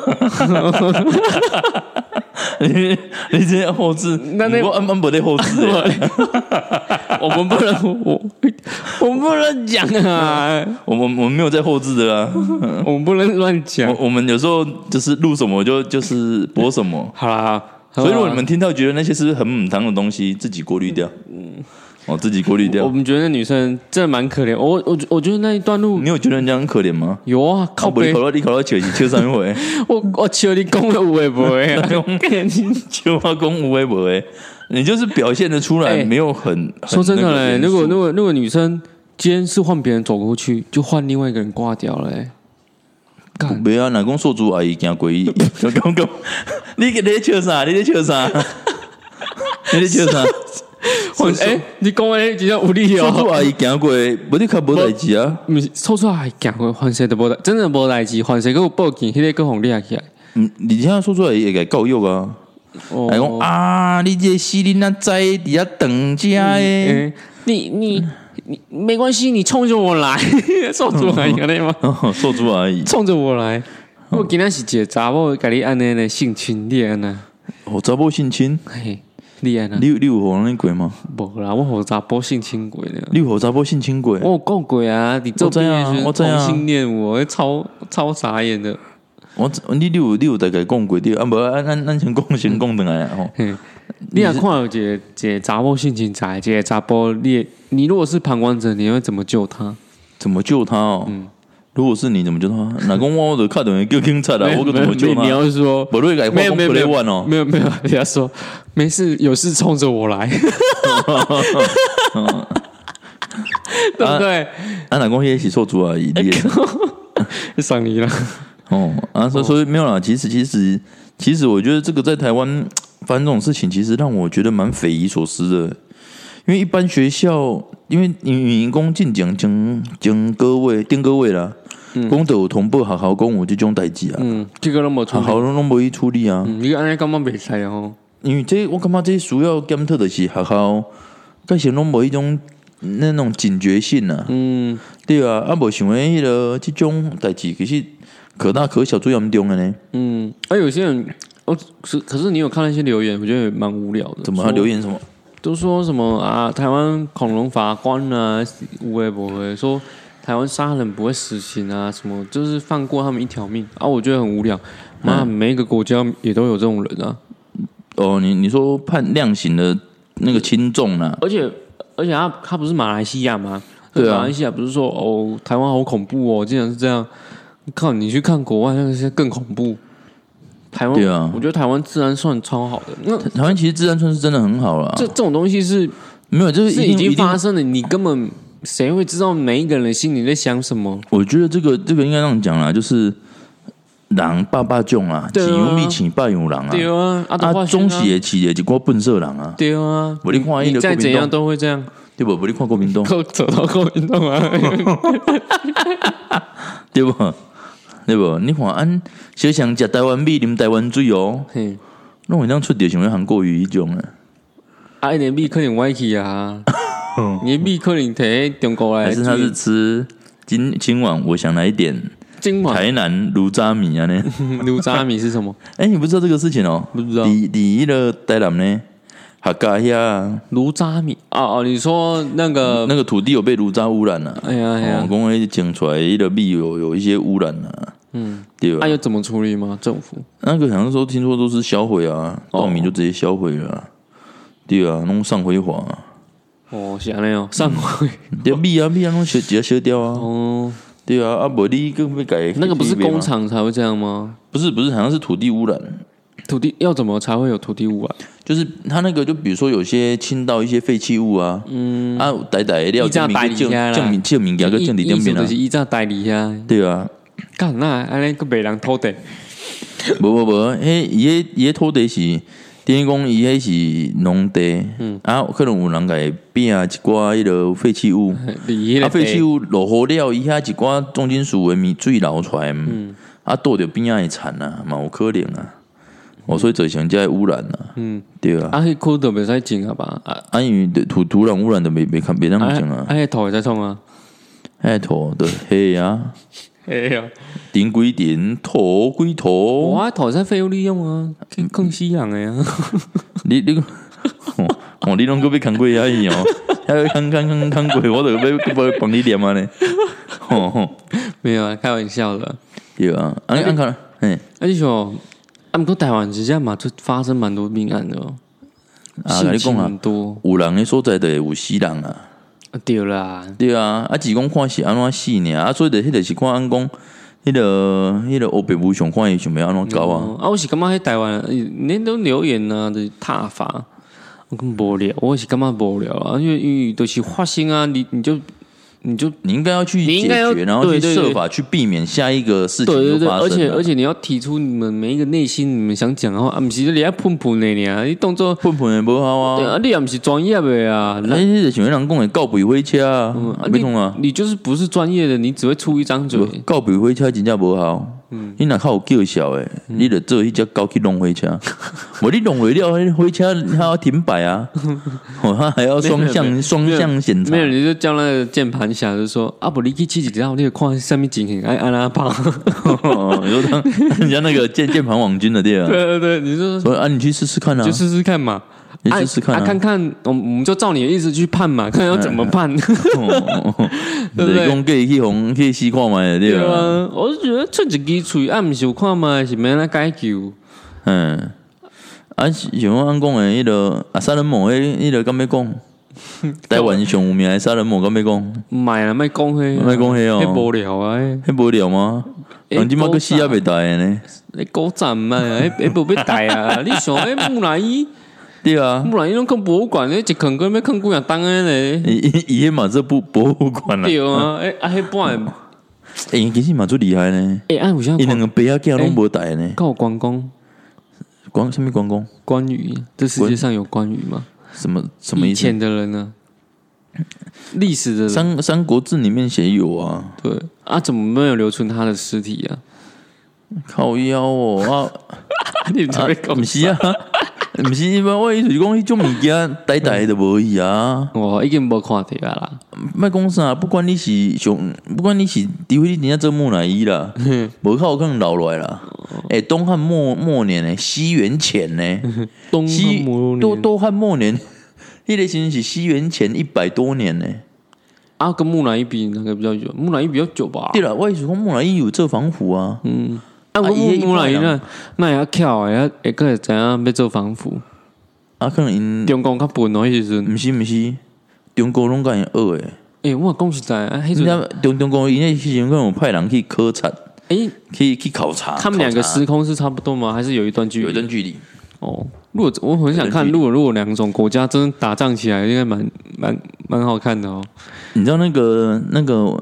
Speaker 1: 你你这后置，
Speaker 2: 那那
Speaker 1: 我按按不得后置
Speaker 2: (laughs)
Speaker 1: 欸，
Speaker 2: 我们不能，我我们不能讲啊，
Speaker 1: 我们我们没有在后置的啦。
Speaker 2: 我们不能乱讲。
Speaker 1: 我我们有时候就是录什么就就是播什么，
Speaker 2: 好啊啦，
Speaker 1: 所以如果
Speaker 2: 们。
Speaker 1: 你们听到觉得那些是很母汤的东西，自己过滤掉。
Speaker 2: 嗯
Speaker 1: 哦，自己过滤
Speaker 2: 我
Speaker 1: 掉。
Speaker 2: 们觉得那女生真的蛮可怜。我我我觉得那一段路
Speaker 1: 你有觉得人家很可怜吗？
Speaker 2: 有啊，
Speaker 1: 啊
Speaker 2: 嗯靠
Speaker 1: 不你
Speaker 2: 背
Speaker 1: 考，到你考到九
Speaker 2: (laughs)
Speaker 1: 级，九三回，
Speaker 2: 我我求你公了我也不会啊。
Speaker 1: 九八公无微博哎，你就是表现的出来
Speaker 2: 哎
Speaker 1: 没有很。很
Speaker 2: (laughs) 说真
Speaker 1: 那
Speaker 2: 的
Speaker 1: 个
Speaker 2: 嘞，
Speaker 1: 严
Speaker 2: 如果
Speaker 1: 肃
Speaker 2: 如果如果女生今天是换别人走过去，就换另外一个人挂掉了、欸。
Speaker 1: 没啊，哪讲寿珠阿姨行过伊，讲讲讲，你你在笑啥？你在笑
Speaker 2: (laughs)
Speaker 1: 啥？你在笑啥？
Speaker 2: 换哎、你讲诶，比较无理
Speaker 1: 寿珠
Speaker 2: 哦。
Speaker 1: 阿姨行过，无你较无代志啊。
Speaker 2: 不是抽出来还讲过换谁的波代，真的波代机换谁给我报警，迄个更红厉害起来。啊
Speaker 1: 你你现在嗯说出来也该够用啊。
Speaker 2: 哦
Speaker 1: 还讲啊，你这死你那在底下等家诶，
Speaker 2: 嗯你你你没关系，你冲着我来， (laughs) 冲着我来，可以吗？
Speaker 1: (laughs) 说出来，
Speaker 2: 冲着我来，我今天是一个查某，甲你安尼的性侵你安呐，
Speaker 1: 我哦查某性侵，
Speaker 2: 嘿，你安呐，
Speaker 1: 你有你有互人过吗？
Speaker 2: 无啦，我互查甫性侵过呢。
Speaker 1: 你有互查某性侵过？
Speaker 2: 我有讲过啊，你做
Speaker 1: 我知
Speaker 2: 毕
Speaker 1: 啊
Speaker 2: 业时
Speaker 1: 我知啊
Speaker 2: 同性恋，我超超傻眼的。
Speaker 1: 我你你有你有大概讲过对，啊无啊咱咱先讲先讲转来啊吼，
Speaker 2: 嘿，你想看有一个一个查某性侵仔，一个查甫，你会你如果是旁观者，你会怎么救他？
Speaker 1: 怎么救他哦？
Speaker 2: 嗯
Speaker 1: 如果是你怎么救他？哪公我我就靠等于叫警察啦，啊我可怎么救
Speaker 2: 你
Speaker 1: 他？
Speaker 2: 要说
Speaker 1: 不对，改
Speaker 2: 没有没有没有
Speaker 1: 万哦，
Speaker 2: 没有没有，人家说没事，有事冲着我
Speaker 1: (laughs)
Speaker 2: 来，对不对？
Speaker 1: 啊哪公也是错主啊，一定的。
Speaker 2: 上你了，
Speaker 1: 哦啊，所以所以没有啦。其实其实其实，我觉得这个在台湾发生这种事情，其实让我觉得蛮匪夷所思的。因为一般学校，因为你员工进讲讲讲各位定各位啦，讲都有同步好好讲有这种代志啊，
Speaker 2: 嗯，这个那
Speaker 1: 好
Speaker 2: 么冲，
Speaker 1: 好拢拢无去处理啊。
Speaker 2: 嗯，你安尼感觉袂使哦，
Speaker 1: 因为这我感觉这需要检讨的是学校，该先拢无一种那种警觉性啊。
Speaker 2: 嗯，
Speaker 1: 对啊，啊无想的迄、个这种代志其实可大可小，最严重的呢。
Speaker 2: 嗯，而有些人，哦，是可是你有看那些留言，我觉得也蛮无聊的。
Speaker 1: 怎么他啊
Speaker 2: 说
Speaker 1: 留言什么？
Speaker 2: 都说什么啊？台湾恐龙法官啊，无为不为说台湾杀人不会死刑啊，什么就是放过他们一条命啊？我觉得很无聊。妈，每一个国家也都有这种人啊，
Speaker 1: 哦，你你说判量刑的那个轻重啊啦、
Speaker 2: 而且而且他他不是马来西亚吗？
Speaker 1: 对啊
Speaker 2: 马来西亚不是说哦，台湾好恐怖哦，竟然是这样。靠，你去看国外那些更恐怖。台湾
Speaker 1: 对啊
Speaker 2: 我觉得台湾治安算超好的。那
Speaker 1: 台湾其实治安算是真的很好啦，
Speaker 2: 这这种东西是
Speaker 1: 没有，啊就是
Speaker 2: 是
Speaker 1: 一
Speaker 2: 已
Speaker 1: 定
Speaker 2: 经
Speaker 1: 一定。
Speaker 2: 发生了，你根本谁会知道每一个人心里在想什么？
Speaker 1: 我觉得这个这个应该这样讲啦，就是人爸爸囧啦，
Speaker 2: 对啊
Speaker 1: 钱有力钱爸有狼啊，
Speaker 2: 对啊，啊，
Speaker 1: 啊，
Speaker 2: 中
Speaker 1: 中企也企业一挂笨色狼啊，
Speaker 2: 对啊，
Speaker 1: 无你看那
Speaker 2: 你
Speaker 1: 个
Speaker 2: 再
Speaker 1: 国
Speaker 2: 怎
Speaker 1: 民
Speaker 2: 样
Speaker 1: 党
Speaker 2: 都会
Speaker 1: (laughs)
Speaker 2: 这样，
Speaker 1: 对不？无你看国
Speaker 2: (laughs)
Speaker 1: 民党
Speaker 2: 够走到够运动啊！
Speaker 1: 对不？对不？你看俺小想食台湾米，啉台湾水哦，
Speaker 2: 嘿，
Speaker 1: 那我这样出点想要韩国语迄种诶，
Speaker 2: 啊，一点米可能歪去
Speaker 1: (laughs)
Speaker 2: 啊，你的米可能摕中国来，
Speaker 1: 还是他是吃今今晚我想来一点
Speaker 2: 今晚
Speaker 1: 台南炉渣米啊呢？
Speaker 2: 牛杂米是
Speaker 1: (laughs)
Speaker 2: 什么？
Speaker 1: 哎、你不知道这个事情哦？
Speaker 2: 不知道
Speaker 1: 第第一个台南呢，客家遐
Speaker 2: 卢渣米哦哦，你说那个，
Speaker 1: 那个土地有被炉渣污染了、啊，
Speaker 2: 哎呃呀哎
Speaker 1: 哦，
Speaker 2: 呀，
Speaker 1: 公会整出来的米有有一些污染啊，嗯，对吧？
Speaker 2: 那又怎么处理吗？政府
Speaker 1: 那个好像说听说都是销毁啊，
Speaker 2: 哦
Speaker 1: 稻米就直接销毁了啊、对啊，弄上辉煌啊，
Speaker 2: 哦，是安尼哦，上回
Speaker 1: 对啊米啊米啊弄直接烧掉啊，
Speaker 2: 哦，
Speaker 1: 对啊，啊不你更被改
Speaker 2: 那个不是
Speaker 1: 改变吗
Speaker 2: 工，厂才会这样吗？
Speaker 1: 啊不是不是，好像是土地污染，
Speaker 2: 土地要怎么才会有土地啊污染？
Speaker 1: 就是它那个，就比如说有些倾倒一些废弃物啊，嗯啊，逮逮的料，
Speaker 2: 一架
Speaker 1: 证明
Speaker 2: 逮起来啦
Speaker 1: 证明证明，两个证明
Speaker 2: 艺
Speaker 1: 点
Speaker 2: 术
Speaker 1: 边
Speaker 2: 就
Speaker 1: 啊
Speaker 2: 是，依照代理啊，
Speaker 1: 对啊，
Speaker 2: 干那安尼个被人偷的，
Speaker 1: 无无无，迄伊迄伊迄土地是，等于讲伊迄是农地，嗯啊，可能有人给变啊一寡迄个废弃物，
Speaker 2: 你那
Speaker 1: 啊
Speaker 2: 个
Speaker 1: 废弃物落雨了，伊遐一寡重金属的米水流出来，嗯啊倒着边啊会产啊，嘛有可能啊，哦所以造成这些污染啊，嗯对啊，
Speaker 2: 啊，迄裤都袂使穿啊吧？啊，
Speaker 1: 啊因为土土壤污染都没没看没当
Speaker 2: 啊
Speaker 1: 讲啊。
Speaker 2: 啊，迄头会使创啊？
Speaker 1: 哎，土的黑啊，
Speaker 2: 哎呀，
Speaker 1: 顶归顶，土归土。
Speaker 2: 我头会使废物利用啊，更更吸氧诶
Speaker 1: (laughs)
Speaker 2: 啊！
Speaker 1: 你你， (laughs) 哦，哦你拢个被扛过而已哦，还要扛扛扛扛过，我都要要帮你念啊呢。 (laughs) 哦，哦
Speaker 2: 没有啊，开玩笑的。
Speaker 1: 对啊，安安看，哎，
Speaker 2: 啊，你想，啊，毋过台湾真正嘛，就发生蛮多命案的哦，
Speaker 1: 啊跟你讲啊
Speaker 2: 很多
Speaker 1: 有人的所在就会有死人啊。
Speaker 2: 啊，对啦，
Speaker 1: 对啊，啊，只讲看是安怎死呢？啊，所以就迄个是看安讲，迄个迄个黑白无常看伊想要安怎搞啊。
Speaker 2: 哦啊，我是感觉迄台湾，恁都留言啊，就是挞伐，我更无聊，我是感觉无聊啊，因为因为都是发生啊，你你就你就
Speaker 1: 你应该要去
Speaker 2: 你
Speaker 1: 解
Speaker 2: 应该要
Speaker 1: 决，然后
Speaker 2: 对
Speaker 1: 去
Speaker 2: 对对
Speaker 1: 设法去避免下一个事情
Speaker 2: 对对
Speaker 1: 又
Speaker 2: 对，
Speaker 1: 发生啊。
Speaker 2: 而且而且你要提出你们每一个内心你们想讲的话，啊，不是你爱喷喷的呀，你动作，
Speaker 1: 混混也无好啊
Speaker 2: 对。啊，你也不是专业的啊，
Speaker 1: 哎，
Speaker 2: 那
Speaker 1: 迄个像人讲的告鬼火车啊，
Speaker 2: 啊
Speaker 1: 别讲啊，
Speaker 2: 你就是不是专业的，你只会出一张嘴，嗯
Speaker 1: 告鬼火车真正无效。你若较有叫嚣诶，你著做迄只狗去弄火车，无你弄毁了，那火车它要停摆啊，哦，它还要双
Speaker 2: 没有没
Speaker 1: 向双向检查
Speaker 2: 没。有，你就叫那个键盘侠就说啊，不，你去七几条，你就看上面景很爱按那胖。 (laughs)
Speaker 1: 哦，你说当人家那个键键盘网军的对啊，
Speaker 2: 对对对，你就说
Speaker 1: 所以啊，你去试试看啊
Speaker 2: 就，试试看嘛，
Speaker 1: 你
Speaker 2: 啊
Speaker 1: 试试看
Speaker 2: 啊，看看，我们我们就照你的意思去判嘛， (laughs) 看要怎么
Speaker 1: 嗯
Speaker 2: 判。
Speaker 1: 哦
Speaker 2: (laughs) 对不对
Speaker 1: 对，讲可以去红可以西看嘛，对
Speaker 2: (laughs) 对
Speaker 1: 啊，
Speaker 2: 啊，我就觉得出一支嘴，啊，毋是有看嘛，是免来解救。
Speaker 1: 嗯，啊，像我安讲的迄个啊，杀人魔迄迄个敢要讲，台湾上有名的杀人魔敢要讲，
Speaker 2: 买了卖讲迄，
Speaker 1: 莫讲那哦
Speaker 2: 迄无聊啊！迄
Speaker 1: 迄无聊吗？
Speaker 2: 欸
Speaker 1: 人即马个死也袂大的呢，
Speaker 2: 你狗站嘛， (laughs) 迄迄无要带啊！你想迄木乃伊， (laughs)
Speaker 1: 对啊，
Speaker 2: 木乃伊拢去博物馆，迄一坑个要坑几啊当诶咧。
Speaker 1: 伊伊伊迄嘛做博博物馆啦，
Speaker 2: 对啊，诶啊，迄
Speaker 1: 嗯
Speaker 2: 半
Speaker 1: 诶，伊其实嘛最厉害呢，
Speaker 2: 诶，啊，有啥
Speaker 1: 伊两
Speaker 2: 关？
Speaker 1: 个白仔囝拢无大的呢，
Speaker 2: 跟我关公
Speaker 1: 关什么关公？
Speaker 2: 关羽，这世界上有关羽吗？
Speaker 1: 什么什么
Speaker 2: 以
Speaker 1: 意思？
Speaker 2: 前的人呢？历史的
Speaker 1: 《
Speaker 2: 人
Speaker 1: 三三国志》里面写有啊，
Speaker 2: 对啊，怎么没有留存他的尸体啊？
Speaker 1: 靠腰哦啊。
Speaker 2: 啊 (laughs) 你才会讲
Speaker 1: 毋是啊，毋是，一般我意思是讲，迄种物件呆呆的无伊啊，
Speaker 2: 哦我已经无看着啊啦。
Speaker 1: 莫讲啥，啊不管你是上，不管你是，除非你真正做木乃伊啦，
Speaker 2: 嗯
Speaker 1: 无靠可能留落来啦。
Speaker 2: 哦
Speaker 1: 诶、东汉末末年呢，西元前呢，
Speaker 2: 嗯东
Speaker 1: 西
Speaker 2: 汉末
Speaker 1: 都
Speaker 2: 年
Speaker 1: 东汉末年， (laughs) 迄个时阵是西元前一百多年呢。
Speaker 2: 啊，跟木乃伊比哪个比较久？木乃伊比较久吧？
Speaker 1: 对啦，我意思讲木乃伊有做防腐啊，
Speaker 2: 啊，我
Speaker 1: 啊伊迄
Speaker 2: 木乃伊
Speaker 1: 一般人
Speaker 2: 那那也较巧的，也也个会知影要做防腐。
Speaker 1: 啊，可能因
Speaker 2: 中共较笨哦，迄时阵。
Speaker 1: 毋是毋是，中国拢甲因学诶，
Speaker 2: 诶，我讲实在，啊，迄
Speaker 1: 你
Speaker 2: 阵
Speaker 1: 知道中中国因迄时阵可能有派人去考察。
Speaker 2: 诶，
Speaker 1: 去去考察。
Speaker 2: 他们两个
Speaker 1: 考察
Speaker 2: 时空是差不多吗？还是啊有一段距
Speaker 1: 有一
Speaker 2: 离？
Speaker 1: 段距离，
Speaker 2: 哦，如果我很想看，如果如果两种国家真的打仗起来，应该蛮蛮蛮好看的哦。
Speaker 1: 你知道那个那个，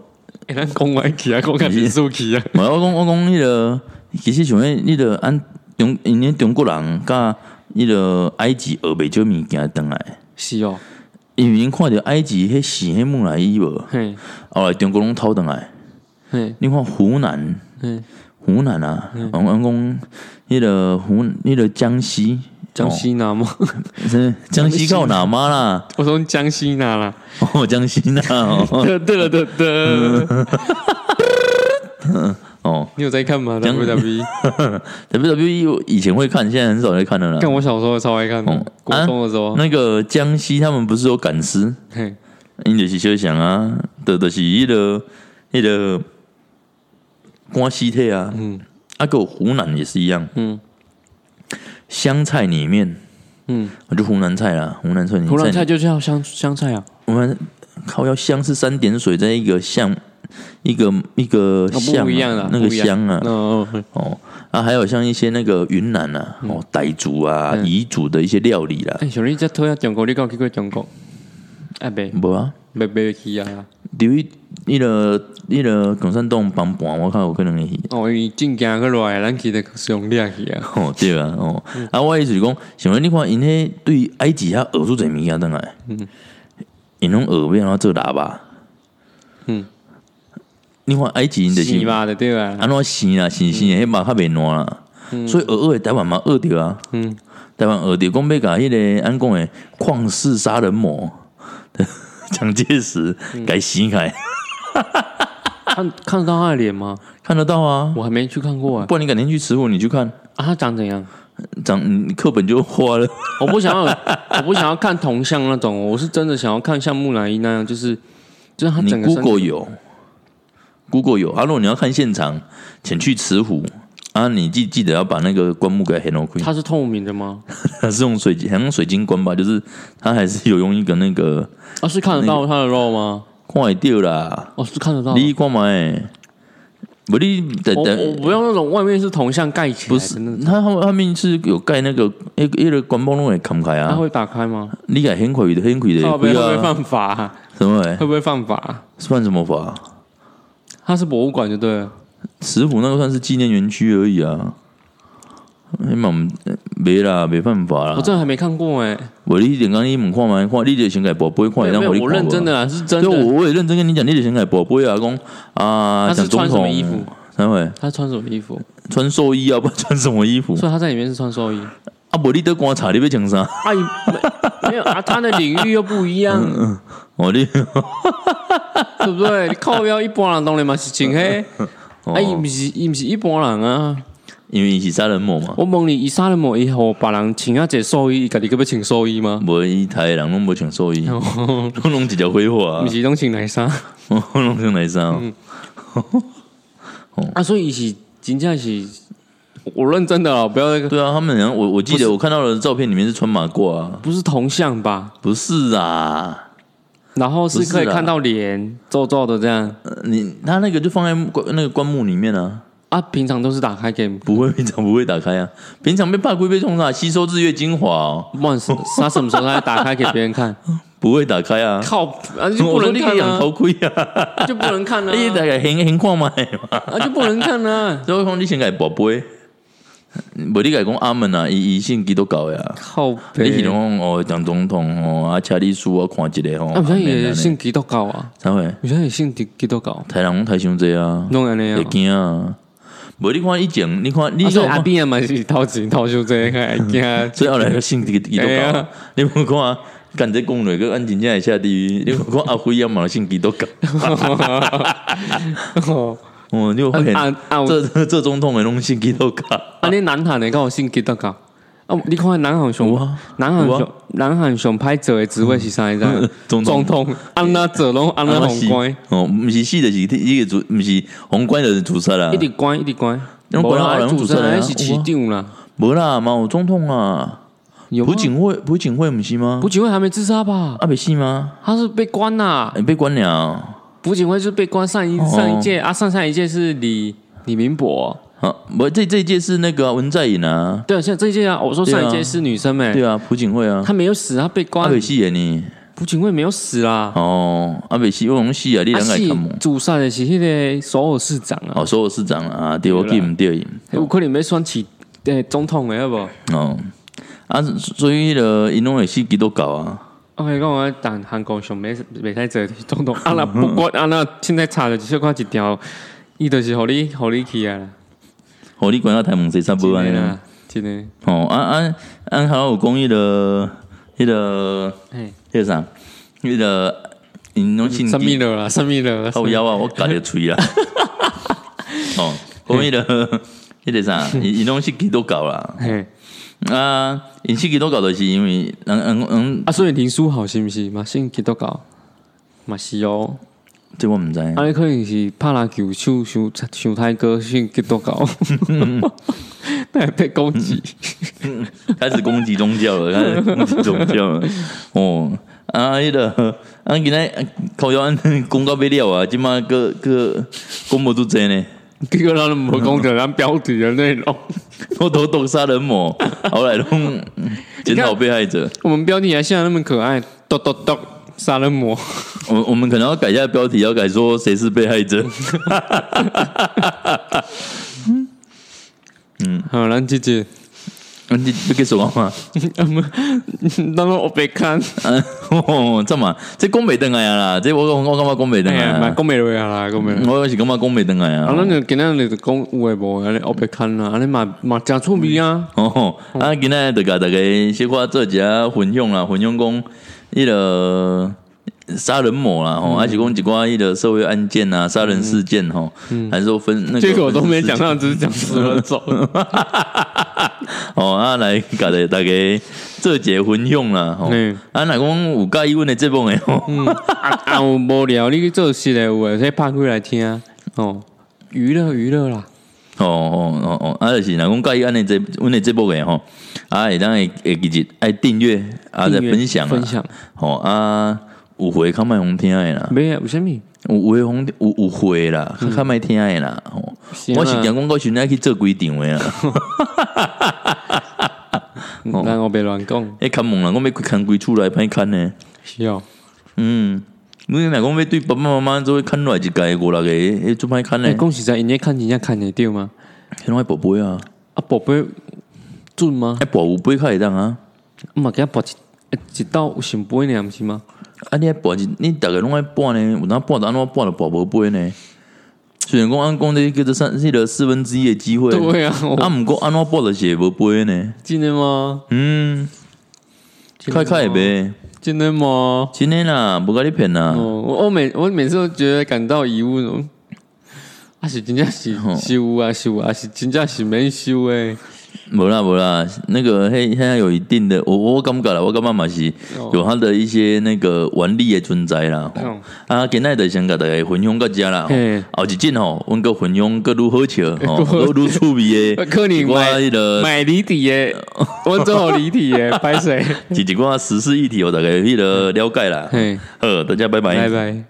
Speaker 2: 诶，咱讲完起啊，讲看民俗起啊。
Speaker 1: 我我讲我讲那个，其实像迄那个按中，因为中国人甲那个埃及学袂少物件倒来，
Speaker 2: 是哦，
Speaker 1: 因为因看着埃及迄死迄木乃伊无，
Speaker 2: 嘿，
Speaker 1: 后来中国拢偷倒来。
Speaker 2: 嘿，
Speaker 1: 你看湖南，
Speaker 2: 嘿，
Speaker 1: 湖南啊，我讲讲迄个湖，迄个江西，
Speaker 2: 江西南吗？
Speaker 1: 是江西靠哪妈啦？
Speaker 2: 我从江西南啦。
Speaker 1: 哦，江西那 (laughs) 哦
Speaker 2: (laughs) 对对了对对，
Speaker 1: (laughs) 哦
Speaker 2: 你有在看吗？WWE，E？
Speaker 1: (laughs) ，WWE E 以前会看，现在很少在看了啦。
Speaker 2: 看我小时候超爱看
Speaker 1: 哦
Speaker 2: 的，国中的时候，
Speaker 1: 那个江西他们不是有赶尸，
Speaker 2: 嘿，
Speaker 1: 因就是休想啊，的就是迄、个迄、个关西体啊，嗯，啊个湖南也是一样，
Speaker 2: 嗯，
Speaker 1: 湘菜里面，
Speaker 2: 嗯，
Speaker 1: 我就湖南菜啦，湖南菜里面，
Speaker 2: 湖南菜就叫香香菜啊，
Speaker 1: 我们靠要香是三点水在一个像一个一个
Speaker 2: 哦
Speaker 1: 像、
Speaker 2: 不一样啦，
Speaker 1: 那个
Speaker 2: 不一样
Speaker 1: 香啊，
Speaker 2: 嗯嗯
Speaker 1: 哦啊，还有像一些那个云南啊，哦傣族啊、彝族的一些料理啦，
Speaker 2: 嗯哎，小丽在推下中国，你敢有去过中国？哎，袂
Speaker 1: 无啊。
Speaker 2: 袂袂去啊！
Speaker 1: 由于迄个迄个广山洞帮盘，我看有可能会去。
Speaker 2: 哦，伊晋江去落来，咱去的上掠去啊！
Speaker 1: 哦，对啊，哦，啊，我的意思是讲，想问你看，因迄对埃及遐学出侪物件倒来，因拢学要安怎做喇叭，
Speaker 2: 嗯，
Speaker 1: 你看埃及因就是
Speaker 2: 是吧？的对啊吧？
Speaker 1: 安怎生啦，生生的迄嘛较袂烂啦，所以学学的台湾嘛学着啊，
Speaker 2: 嗯，
Speaker 1: 台湾学着讲要甲迄个安讲的旷世杀人魔蒋介石
Speaker 2: 嗯
Speaker 1: 改起来，
Speaker 2: 看看得到他的脸吗？
Speaker 1: 看得到啊，
Speaker 2: 我还没去看过啊！
Speaker 1: 不然你改天去慈湖你去看。
Speaker 2: 啊，他长怎样？
Speaker 1: 长嗯课本就花了，
Speaker 2: 我不想要，我不想要看铜像那种，我是真的想要看像木乃伊那样，就是就是他
Speaker 1: 你
Speaker 2: 整个身
Speaker 1: Google 有，Google 有。啊，如果你要看现场，请去慈湖啊，你记记得要把那个棺木给 handle (laughs) clean，
Speaker 2: 它是透明的吗？
Speaker 1: 它是用水晶，好像水晶棺吧，就是它还是有用一个那个
Speaker 2: 啊，是看得到它的肉吗？
Speaker 1: 看会掉啦，
Speaker 2: 哦，哦是看得到的。
Speaker 1: 你看嘛诶，不你等
Speaker 2: 我
Speaker 1: 等
Speaker 2: 我不用那种外面是铜像盖起来的，
Speaker 1: 不
Speaker 2: 不
Speaker 1: 是
Speaker 2: 是，
Speaker 1: 它后后面是有盖那个那个那个棺木弄会砍开
Speaker 2: 它
Speaker 1: 啊，
Speaker 2: 会打开吗？
Speaker 1: 你给 handle 的 handle
Speaker 2: 会
Speaker 1: 的
Speaker 2: 不
Speaker 1: 会
Speaker 2: 会会不会
Speaker 1: 啊，
Speaker 2: 犯法啊？
Speaker 1: 什么诶
Speaker 2: 会不会犯法？
Speaker 1: 算什么法？
Speaker 2: 它是博物馆就对了。
Speaker 1: 石虎那个算是纪念园区而已啊。哎嘛，没啦，没办法
Speaker 2: 我
Speaker 1: 啦。
Speaker 2: 真的还没看过哎、
Speaker 1: 我你点刚你猛看嘛，看你就先改宝贝，看
Speaker 2: 没
Speaker 1: 会
Speaker 2: 有
Speaker 1: 让
Speaker 2: 没有，
Speaker 1: 我
Speaker 2: 我认真的啦，是真
Speaker 1: 对，
Speaker 2: 的。
Speaker 1: 我我也认真跟你讲，你就先改宝贝啊，讲啊，
Speaker 2: 他
Speaker 1: 讲
Speaker 2: 是
Speaker 1: 总
Speaker 2: 穿什么衣
Speaker 1: 统
Speaker 2: 服？
Speaker 1: 然后嘞
Speaker 2: 他穿什么衣服？
Speaker 1: 穿寿衣啊，不然穿什么衣服？
Speaker 2: 所以他在里面是穿寿衣。
Speaker 1: 啊，无你在观察，你要穿啥？
Speaker 2: 啊，没没有啊，他的领域又不一样，
Speaker 1: 哦，你
Speaker 2: 对不对？你靠标一般人当然嘛是穿黑，啊，伊
Speaker 1: 哦
Speaker 2: 毋是伊毋是一般人啊。
Speaker 1: 因为伊是杀人魔嘛，
Speaker 2: 我问你，伊杀人无伊互别人穿啊一个寿衣，伊家己个要穿寿衣吗？ (laughs)
Speaker 1: 无伊台的人拢无穿寿衣，
Speaker 2: 毋
Speaker 1: 拢拢一条灰化啊，
Speaker 2: 是拢穿内衫
Speaker 1: 拢拢穿内衫哦。
Speaker 2: 啊，所以伊是真正是，我认真的哦，不要那个，
Speaker 1: 对啊，他们好像我我记得我看到的照片里面是穿马褂啊，
Speaker 2: 不是铜像吧？
Speaker 1: 不是啊，
Speaker 2: 然后是
Speaker 1: 不是啊
Speaker 2: 可以
Speaker 1: 啦
Speaker 2: 看到脸皱皱的这样
Speaker 1: 呃你他那个就放在棺那个棺木里面啊，
Speaker 2: 啊，平常都是打开给
Speaker 1: 不会平常不会打开啊，平常被怕龟被冲啥吸收日月精华、哦，
Speaker 2: 万斯，他什么时候才打开给别人看？ (laughs)
Speaker 1: 不会打开啊，
Speaker 2: 靠，啊就不
Speaker 1: 我说
Speaker 2: 能
Speaker 1: 你
Speaker 2: 看
Speaker 1: 可以养
Speaker 2: 啊，
Speaker 1: 头盔
Speaker 2: (laughs)
Speaker 1: 啊，哎
Speaker 2: 就不
Speaker 1: (laughs)
Speaker 2: 能看啊，
Speaker 1: 你大概很很看嘛嘛，
Speaker 2: 啊就不能看啊，
Speaker 1: 所以讲你先改宝贝，无你改讲阿门啊，伊伊信基督教的啊。
Speaker 2: 靠
Speaker 1: 你是
Speaker 2: 北。
Speaker 1: 拢哦，蒋总统哦，啊，车里书啊，看一个吼。
Speaker 2: 啊，有些
Speaker 1: 安尼
Speaker 2: 也
Speaker 1: 安尼
Speaker 2: 信基督教啊，
Speaker 1: 啥会？
Speaker 2: 有些也信基基督教，
Speaker 1: 台人拢太伤济啊，
Speaker 2: 拢安尼啊
Speaker 1: 会。惊啊！无你看以前，你看你
Speaker 2: 啊，
Speaker 1: 看
Speaker 2: 所以阿扁也嘛是偷钱偷小这个，会惊。
Speaker 1: 所 (laughs) 以后来个信基基督
Speaker 2: 哎
Speaker 1: 教
Speaker 2: 呀，
Speaker 1: 你无看啊，干这讲落个按真正会下地狱，你无看阿辉啊，嘛信基督教，哦，你有发现
Speaker 2: 啊啊啊有
Speaker 1: 这这这总统的拢信基督教，
Speaker 2: 啊，你南韩的跟我信基督教。啊，你看南韩上
Speaker 1: 有啊，
Speaker 2: 南韩
Speaker 1: 有
Speaker 2: 上南韩上歹做的职位是啥？你知道吗
Speaker 1: (laughs) 总统
Speaker 2: 总统，安那做拢安那
Speaker 1: 啊
Speaker 2: 宏观，
Speaker 1: 哦，毋是死的是伊个主，毋是宏观的主杀啦
Speaker 2: 一，直关一直关。
Speaker 1: 那
Speaker 2: 无
Speaker 1: 管他
Speaker 2: 啦，
Speaker 1: 人
Speaker 2: 主
Speaker 1: 主持
Speaker 2: 持
Speaker 1: 人啊
Speaker 2: 人是市长啦，
Speaker 1: 无啦，嘛有总统啊，
Speaker 2: 有吗
Speaker 1: 朴槿惠，朴槿惠毋是吗
Speaker 2: 朴？槿惠还没自杀吧？
Speaker 1: 啊，没死吗？
Speaker 2: 他是被关啦，
Speaker 1: 欸、被关了啊，
Speaker 2: 朴槿惠是被关上一
Speaker 1: 哦
Speaker 2: 上一届啊，上上一届是李李明博。
Speaker 1: 啊，不，这这一届是那个啊、文在寅啊，
Speaker 2: 对啊，像这一届啊，我说上一届是女生没，
Speaker 1: 对啊，朴槿惠啊，
Speaker 2: 她没有死，她被
Speaker 1: 阿
Speaker 2: 关
Speaker 1: 北。戏演呢，
Speaker 2: 朴槿惠没有死啦，
Speaker 1: 哦，阿北戏我拢戏啊，你
Speaker 2: 啊
Speaker 1: 两个
Speaker 2: 是
Speaker 1: 看无？
Speaker 2: 主杀的是迄个首尔市长啊，
Speaker 1: 哦，所有市长啊，对我
Speaker 2: 对啦
Speaker 1: 记唔对？
Speaker 2: 有可能要选起诶总统诶，好无？
Speaker 1: 哦，啊，所以了，因拢会死基督教啊，
Speaker 2: 我跟你讲，我但韩国上袂袂使做总统， (laughs) 啊若不管啊若凊彩查着小看一条，伊就是互你互你去啊啦，
Speaker 1: 哦，你管到台湾谁差不
Speaker 2: 真
Speaker 1: 安
Speaker 2: 诶
Speaker 1: 尼啊？
Speaker 2: 啦，真诶，
Speaker 1: 哦，啊啊啊，还有讲迄个迄个
Speaker 2: 嘿，
Speaker 1: 迄个啥，迄个因拢信
Speaker 2: 什
Speaker 1: 基
Speaker 2: 么了啦，什么了啦，
Speaker 1: 靠腰啊，我夹着喙啊。哦，讲迄个迄个啥，伊伊拢是基督教啦。
Speaker 2: 嘿，
Speaker 1: 啊，因是基督教就是因为嗯人人人，
Speaker 2: 啊，所以林书豪是毋是嘛信基督教？嘛是哦，
Speaker 1: 这我毋知。
Speaker 2: 啊，你可能是拍篮球手手手太高信基督教，那会被攻击。
Speaker 1: 开始攻击宗教了，开始攻击宗教了。哦，啊，迄个啊，今仔靠 (laughs) 腰安公告被了啊，即马个个公无做真呢。
Speaker 2: 结果咱无讲着咱标题的内容，
Speaker 1: (laughs) 偷偷动杀人魔，后来拢检讨被害者。
Speaker 2: 我们标题还像那么可爱，咚咚咚，杀人魔，
Speaker 1: 我我们可能要改一下标题，要改说谁是被害
Speaker 2: (laughs)
Speaker 1: 者。
Speaker 2: 好，咱姐姐，
Speaker 1: 嗯，你你给说话 (laughs) 吗？
Speaker 2: 咱拢我被看，
Speaker 1: 嗯，哦，这嘛，这讲袂登来啊啦，这我我我感觉讲袂登
Speaker 2: 哎
Speaker 1: 来
Speaker 2: 呀，
Speaker 1: 啊
Speaker 2: 蛮，讲袂落啊啦，讲袂落。
Speaker 1: 我是感觉讲袂登来
Speaker 2: 啊，
Speaker 1: 啊
Speaker 2: 咱。就今日就讲有诶无诶，安尼我被看啦，安尼嘛嘛诚趣味啊，
Speaker 1: 哦，啊，今仔就甲大家小可做一下混用啦，混用讲迄个杀人魔啦，
Speaker 2: 嗯
Speaker 1: 吼，还是讲一寡迄个社会案件啊、杀人事件吼，
Speaker 2: 嗯
Speaker 1: 还是说分那个
Speaker 2: 结果都没
Speaker 1: 分
Speaker 2: 讲
Speaker 1: 尸事件
Speaker 2: 到，只是讲十分钟。
Speaker 1: 哦，啊来甲大大家做一下混用啦，吼
Speaker 2: 嗯，
Speaker 1: 啊，若讲有介意阮的节目诶吼，
Speaker 2: 啊啊，有无聊你去做事诶，有诶，可以拍开来听啊哦，娱乐娱乐啦，
Speaker 1: 哦哦哦哦，啊就是，若讲介意安尼这阮的节目诶吼，啊会当会会记得爱订阅，啊再
Speaker 2: 订阅
Speaker 1: 分享啊
Speaker 2: 分享，
Speaker 1: 吼啊有回较莫互听诶啦，
Speaker 2: 没啊，有啥物？
Speaker 1: 有有的红有有回啦，较较莫听诶啦，吼，
Speaker 2: 是啊
Speaker 1: 我是惊讲到时阵去做几场诶啊，哦
Speaker 2: 咱我别乱讲，
Speaker 1: 迄看梦人讲要牵几厝来歹牵呢，
Speaker 2: 是哦，
Speaker 1: 嗯，你若讲要对爸爸妈妈做牵落来一家五六个，迄做歹牵
Speaker 2: 哎，
Speaker 1: 呢，
Speaker 2: 讲实在，因咧看人家看得着吗？
Speaker 1: 迄拢爱宝贝啊，
Speaker 2: 啊，宝贝准吗？
Speaker 1: 爱宝有贝较会当啊，
Speaker 2: 嘛给他跋一一道有成杯呢，毋是吗？
Speaker 1: 啊你爱跋一，你逐个拢爱跋呢，有哪跋安怎跋着跋无杯呢？虽然讲按讲这个这三这个四分之一的机会，
Speaker 2: 对啊，我
Speaker 1: 啊，毋过安怎报就是会无杯呢？
Speaker 2: 真的吗？
Speaker 1: 嗯，
Speaker 2: 真
Speaker 1: 快
Speaker 2: 的吗
Speaker 1: 快呗，
Speaker 2: 真的吗？
Speaker 1: 真的啦，无甲你骗啦，
Speaker 2: 哦，我我每我每次都觉得感到疑问哦。啊是真正是
Speaker 1: 哦
Speaker 2: 修啊修啊是真正是免修诶，
Speaker 1: 无啦无啦，那个嘿现在有一定的，我我感觉啦，我感觉嘛是
Speaker 2: 哦
Speaker 1: 有他的一些那个顽力的存在啦。吼
Speaker 2: 嗯
Speaker 1: 啊，今仔就先甲大家分享到遮啦，吼
Speaker 2: 嘿
Speaker 1: 后一阵吼，阮个分享个愈好
Speaker 2: (laughs)
Speaker 1: 笑，吼，
Speaker 2: 更好
Speaker 1: 个愈趣味的，
Speaker 2: (laughs) 可能
Speaker 1: 一寡迄
Speaker 2: 买
Speaker 1: 个
Speaker 2: 买离体诶，我做好离体诶，拍谁？
Speaker 1: 一一寡时事议题，我大概迄个了解啦。
Speaker 2: 嘿，
Speaker 1: 好，大家拜拜
Speaker 2: 拜。拜。